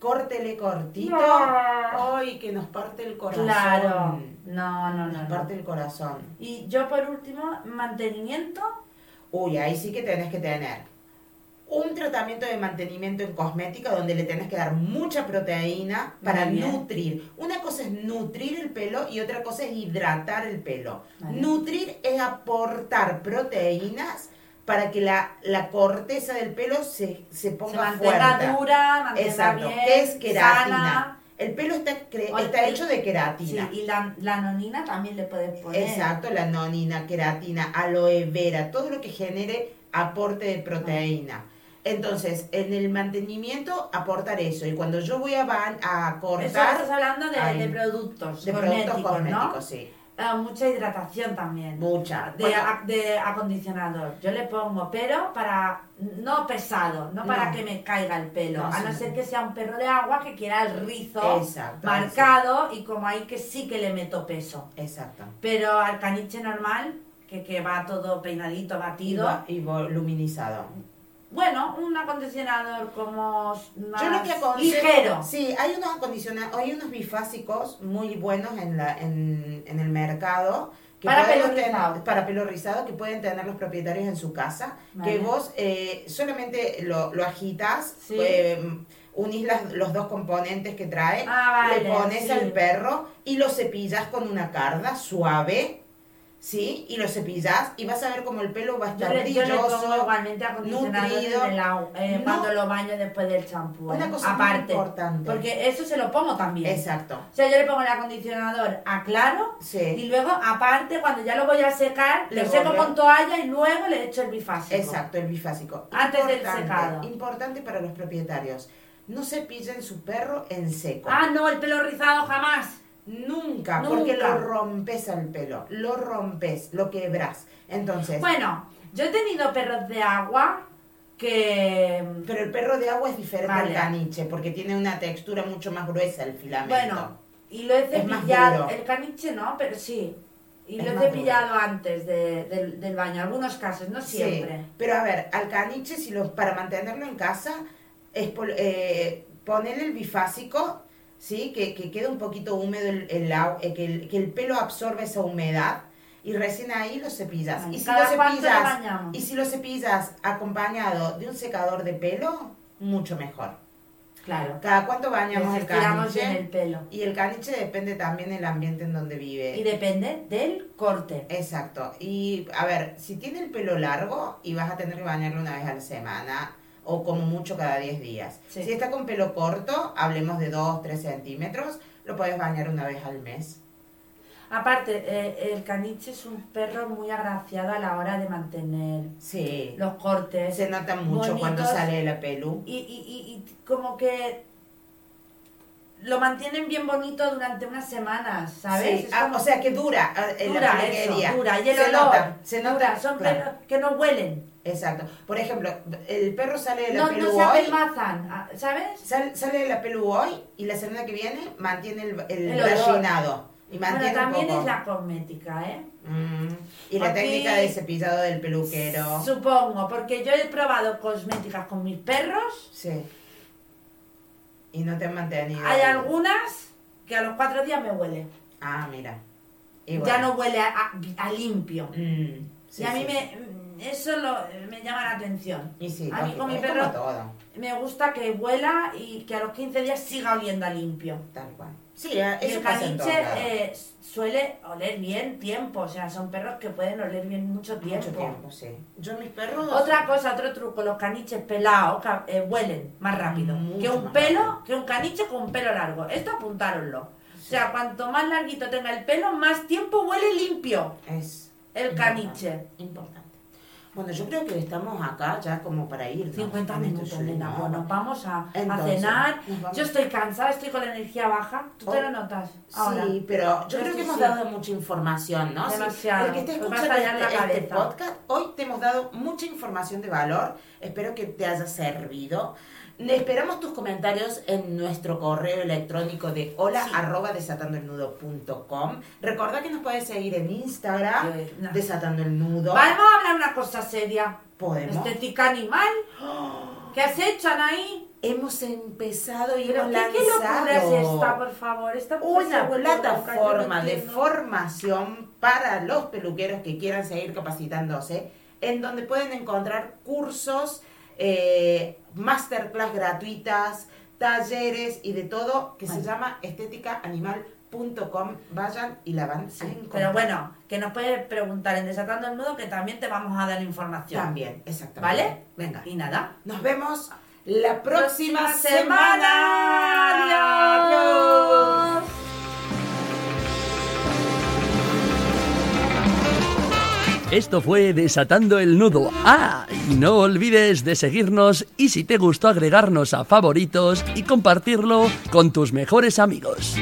[SPEAKER 2] córtele cortito.
[SPEAKER 1] No.
[SPEAKER 2] ¡Ay, que nos parte el corazón!
[SPEAKER 1] Claro. No, no, no. no.
[SPEAKER 2] Nos parte el corazón.
[SPEAKER 1] Y yo por último, mantenimiento.
[SPEAKER 2] Uy, ahí sí que tenés que tener un tratamiento de mantenimiento en cosmética donde le tenés que dar mucha proteína para
[SPEAKER 1] Muy bien.
[SPEAKER 2] nutrir. Una cosa es nutrir el pelo y otra cosa es hidratar el pelo.
[SPEAKER 1] Vale.
[SPEAKER 2] Nutrir es aportar proteínas para que la, la corteza del pelo se,
[SPEAKER 1] Se
[SPEAKER 2] se ponga
[SPEAKER 1] mantenga
[SPEAKER 2] fuerte.
[SPEAKER 1] dura, mantenga
[SPEAKER 2] Exacto,
[SPEAKER 1] bien,
[SPEAKER 2] que es queratina.
[SPEAKER 1] sana.
[SPEAKER 2] El pelo está, cre-
[SPEAKER 1] O el
[SPEAKER 2] está
[SPEAKER 1] pelo-
[SPEAKER 2] hecho de
[SPEAKER 1] Sí,
[SPEAKER 2] queratina.
[SPEAKER 1] y la, la nonina también le puedes poner.
[SPEAKER 2] Exacto, la nonina, queratina, aloe vera, todo lo que genere aporte de proteína. Entonces, en el mantenimiento aportar eso. Y cuando yo voy a, ban- a
[SPEAKER 1] Eso
[SPEAKER 2] cortar
[SPEAKER 1] estás hablando de,
[SPEAKER 2] Ay.
[SPEAKER 1] de productos
[SPEAKER 2] de productos
[SPEAKER 1] cosméticos,
[SPEAKER 2] cosméticos,
[SPEAKER 1] ¿no?
[SPEAKER 2] sí.
[SPEAKER 1] Ah, mucha hidratación también.
[SPEAKER 2] Mucha.
[SPEAKER 1] De,
[SPEAKER 2] Bueno,
[SPEAKER 1] ac- de acondicionador. Yo le pongo, pero para no pesado, no para
[SPEAKER 2] No.
[SPEAKER 1] que me caiga el pelo.
[SPEAKER 2] No,
[SPEAKER 1] a no
[SPEAKER 2] sí.
[SPEAKER 1] ser que sea un perro de agua que quiera el rizo
[SPEAKER 2] Exacto,
[SPEAKER 1] marcado y como ahí que sí que le meto peso.
[SPEAKER 2] exacto.
[SPEAKER 1] Pero al caniche normal, que, que va todo peinadito,
[SPEAKER 2] Y,
[SPEAKER 1] batido.
[SPEAKER 2] va- y voluminizado.
[SPEAKER 1] Bueno, un acondicionador como más
[SPEAKER 2] Yo lo que aconsejo-
[SPEAKER 1] ligero.
[SPEAKER 2] Sí, hay unos acondiciona- hay unos bifásicos muy buenos en, la, en, en el mercado.
[SPEAKER 1] Para
[SPEAKER 2] pueden
[SPEAKER 1] pelo rizado.
[SPEAKER 2] tener- para pelo rizado, que pueden tener los propietarios en su casa.
[SPEAKER 1] Vale.
[SPEAKER 2] Que vos eh, solamente lo, lo agitas,
[SPEAKER 1] Sí.
[SPEAKER 2] eh, unís las- los dos componentes que trae,
[SPEAKER 1] Ah,
[SPEAKER 2] le
[SPEAKER 1] vale,
[SPEAKER 2] pones
[SPEAKER 1] sí.
[SPEAKER 2] al perro y lo cepillas con una carda suave, ¿sí? Y lo cepillas y vas a ver como el pelo va a
[SPEAKER 1] Yo
[SPEAKER 2] estar
[SPEAKER 1] le, yo le pongo
[SPEAKER 2] brilloso.
[SPEAKER 1] igualmente acondicionador
[SPEAKER 2] nutrido.
[SPEAKER 1] en el agua, eh,
[SPEAKER 2] No.
[SPEAKER 1] cuando lo baño después del champú.
[SPEAKER 2] Una
[SPEAKER 1] ¿eh?
[SPEAKER 2] cosa muy
[SPEAKER 1] Aparte,
[SPEAKER 2] importante.
[SPEAKER 1] Porque eso se lo pongo también.
[SPEAKER 2] Exacto.
[SPEAKER 1] O sea, yo le pongo el acondicionador a claro
[SPEAKER 2] Sí.
[SPEAKER 1] y luego, aparte, cuando ya lo voy a secar,
[SPEAKER 2] Le
[SPEAKER 1] lo seco
[SPEAKER 2] volvemos.
[SPEAKER 1] con toalla y luego le echo el bifásico.
[SPEAKER 2] Exacto, el bifásico.
[SPEAKER 1] Antes del
[SPEAKER 2] Importante,
[SPEAKER 1] secado.
[SPEAKER 2] Importante para los propietarios. No cepillen su perro en seco.
[SPEAKER 1] Ah, no, el pelo rizado jamás.
[SPEAKER 2] nunca,
[SPEAKER 1] nunca.
[SPEAKER 2] porque lo rompes al pelo. Lo rompes, lo quebras. Entonces,
[SPEAKER 1] Bueno, yo he tenido perros de agua que...
[SPEAKER 2] pero el perro de agua es diferente
[SPEAKER 1] Vale.
[SPEAKER 2] al caniche, porque tiene una textura mucho más gruesa el filamento.
[SPEAKER 1] Bueno, y lo he
[SPEAKER 2] Es más
[SPEAKER 1] cepillado.
[SPEAKER 2] duro.
[SPEAKER 1] El caniche no, pero sí. Y
[SPEAKER 2] Es
[SPEAKER 1] lo
[SPEAKER 2] más
[SPEAKER 1] he
[SPEAKER 2] duro.
[SPEAKER 1] cepillado antes de- del, del baño, algunos casos, no
[SPEAKER 2] Sí,
[SPEAKER 1] siempre.
[SPEAKER 2] pero a ver, al caniche, si lo, para mantenerlo en casa, es pol- eh, ponerle el bifásico, ¿sí? Que, que quede un poquito húmedo el, el au- eh, que, el, que el pelo absorbe esa humedad y recién ahí lo cepillas.
[SPEAKER 1] Ay,
[SPEAKER 2] y, si lo
[SPEAKER 1] ¿cada cuánto lo
[SPEAKER 2] cepillas
[SPEAKER 1] bañamos?
[SPEAKER 2] y si lo cepillas acompañado de un secador de pelo, mucho mejor.
[SPEAKER 1] Claro.
[SPEAKER 2] Cada cuánto bañamos
[SPEAKER 1] Les
[SPEAKER 2] el
[SPEAKER 1] estiramos
[SPEAKER 2] caniche.
[SPEAKER 1] bien el pelo.
[SPEAKER 2] Y el caniche depende también del ambiente en donde vive.
[SPEAKER 1] Y depende del corte.
[SPEAKER 2] Exacto. Y a ver, si tiene el pelo largo y vas a tener que bañarlo una vez a la semana o como mucho cada 10 días.
[SPEAKER 1] Sí.
[SPEAKER 2] Si está con pelo corto, hablemos de 2, 3 centímetros, lo puedes bañar una vez al mes.
[SPEAKER 1] Aparte, eh, el caniche es un perro muy agraciado a la hora de mantener
[SPEAKER 2] Sí.
[SPEAKER 1] los cortes.
[SPEAKER 2] Se nota mucho
[SPEAKER 1] Bonitos.
[SPEAKER 2] cuando sale de la pelu.
[SPEAKER 1] Y, y- y- y como que lo mantienen bien bonito durante unas semanas, ¿sabes?
[SPEAKER 2] Sí.
[SPEAKER 1] Es
[SPEAKER 2] Ah,
[SPEAKER 1] como-
[SPEAKER 2] o sea que dura ah, en la
[SPEAKER 1] dura
[SPEAKER 2] peluquería.
[SPEAKER 1] eso, dura. Y el
[SPEAKER 2] se
[SPEAKER 1] olor,
[SPEAKER 2] nota, se nota.
[SPEAKER 1] dura. Son
[SPEAKER 2] Claro,
[SPEAKER 1] perros que no huelen,
[SPEAKER 2] Exacto. Por ejemplo, el perro sale de la
[SPEAKER 1] no,
[SPEAKER 2] pelu
[SPEAKER 1] no se
[SPEAKER 2] hoy.
[SPEAKER 1] apelmazan, ah, ¿sabes?
[SPEAKER 2] Sal- sale de la pelu hoy y la semana que viene mantiene el, el
[SPEAKER 1] El olor.
[SPEAKER 2] gallinado. Y
[SPEAKER 1] Pero
[SPEAKER 2] mantiene un
[SPEAKER 1] también
[SPEAKER 2] poco.
[SPEAKER 1] es la cosmética, ¿eh?
[SPEAKER 2] Mm, Y la
[SPEAKER 1] Aquí-
[SPEAKER 2] técnica de cepillado del peluquero.
[SPEAKER 1] Supongo, porque yo he probado cosméticas con mis perros.
[SPEAKER 2] Sí. Y no te han mantenido.
[SPEAKER 1] Hay algunas que a los cuatro días me huele.
[SPEAKER 2] Ah, mira.
[SPEAKER 1] Ya no huele a, a- a limpio.
[SPEAKER 2] Mm, sí,
[SPEAKER 1] y a mí
[SPEAKER 2] sí, sí.
[SPEAKER 1] me, eso lo- me llama la atención.
[SPEAKER 2] Y sí,
[SPEAKER 1] a mí
[SPEAKER 2] lógico,
[SPEAKER 1] con mi
[SPEAKER 2] es
[SPEAKER 1] perro-
[SPEAKER 2] como todo,
[SPEAKER 1] Me gusta que huela y que a los 15 días siga oliendo a limpio.
[SPEAKER 2] tal cual. Sí, eh,
[SPEAKER 1] Y
[SPEAKER 2] eso
[SPEAKER 1] el
[SPEAKER 2] pasa en todo
[SPEAKER 1] caniche
[SPEAKER 2] lado.
[SPEAKER 1] eh, suele oler bien tiempo, o sea, son perros que pueden oler bien mucho tiempo.
[SPEAKER 2] Mucho tiempo, sí. Yo mis perros...
[SPEAKER 1] Otra cosa, otro truco, los caniches pelados ca- eh, huelen más rápido
[SPEAKER 2] Mucho
[SPEAKER 1] que un
[SPEAKER 2] más
[SPEAKER 1] pelo,
[SPEAKER 2] rápido.
[SPEAKER 1] que un caniche con un pelo largo. Esto apuntároslo. O sea, cuanto más larguito tenga el pelo, más tiempo huele limpio
[SPEAKER 2] Es...
[SPEAKER 1] el
[SPEAKER 2] importante,
[SPEAKER 1] caniche.
[SPEAKER 2] Importante. Bueno, yo creo que estamos acá ya como para ir.
[SPEAKER 1] 50 minutos, nena. Bueno, vamos a, a
[SPEAKER 2] Entonces,
[SPEAKER 1] cenar.
[SPEAKER 2] nos vamos.
[SPEAKER 1] Yo estoy cansada, estoy con la energía baja. ¿Tú te
[SPEAKER 2] Oh,
[SPEAKER 1] lo notas? Ahora.
[SPEAKER 2] Sí, pero yo
[SPEAKER 1] Yo
[SPEAKER 2] creo que
[SPEAKER 1] sí,
[SPEAKER 2] hemos
[SPEAKER 1] sí.
[SPEAKER 2] dado mucha información, ¿no? Sí,
[SPEAKER 1] Demasiado.
[SPEAKER 2] el que esté
[SPEAKER 1] Me va a
[SPEAKER 2] escuchando
[SPEAKER 1] estallar
[SPEAKER 2] este,
[SPEAKER 1] la
[SPEAKER 2] este
[SPEAKER 1] cabeza.
[SPEAKER 2] podcast, hoy te hemos dado mucha información de valor. Espero que te haya servido. Le Esperamos tus comentarios en nuestro correo electrónico de hola
[SPEAKER 1] Sí.
[SPEAKER 2] arroba desatandoelnudo.com. Recordá que nos puedes seguir en Instagram,
[SPEAKER 1] Yo, no.
[SPEAKER 2] desatando el nudo.
[SPEAKER 1] Vamos a hablar una cosa seria.
[SPEAKER 2] Podemos.
[SPEAKER 1] Estética animal. ¿Qué has hecho, Anaí?
[SPEAKER 2] Hemos empezado y
[SPEAKER 1] Pero
[SPEAKER 2] hemos
[SPEAKER 1] ¿Qué, qué locura
[SPEAKER 2] lanzado.
[SPEAKER 1] es esta, por favor? Esta mujer se ha
[SPEAKER 2] una
[SPEAKER 1] vuelto loca, yo no
[SPEAKER 2] plataforma de
[SPEAKER 1] entiendo.
[SPEAKER 2] formación para los peluqueros que quieran seguir capacitándose, en donde pueden encontrar cursos, eh, masterclass gratuitas, talleres y de todo, que se
[SPEAKER 1] Bueno.
[SPEAKER 2] llama estéticaanimal.com. Vayan y la van a
[SPEAKER 1] Sí,
[SPEAKER 2] encontrar.
[SPEAKER 1] pero bueno, que nos puedes preguntar en Desatando el Nudo que también te vamos a dar información.
[SPEAKER 2] También, exactamente.
[SPEAKER 1] ¿Vale?
[SPEAKER 2] Venga.
[SPEAKER 1] Y nada.
[SPEAKER 2] Nos vemos la próxima,
[SPEAKER 1] Próxima
[SPEAKER 2] semana.
[SPEAKER 1] semana. Adiós.
[SPEAKER 3] Esto fue Desatando el Nudo. Ah, y no olvides de seguirnos y si te gustó agregarnos a favoritos y compartirlo con tus mejores amigos.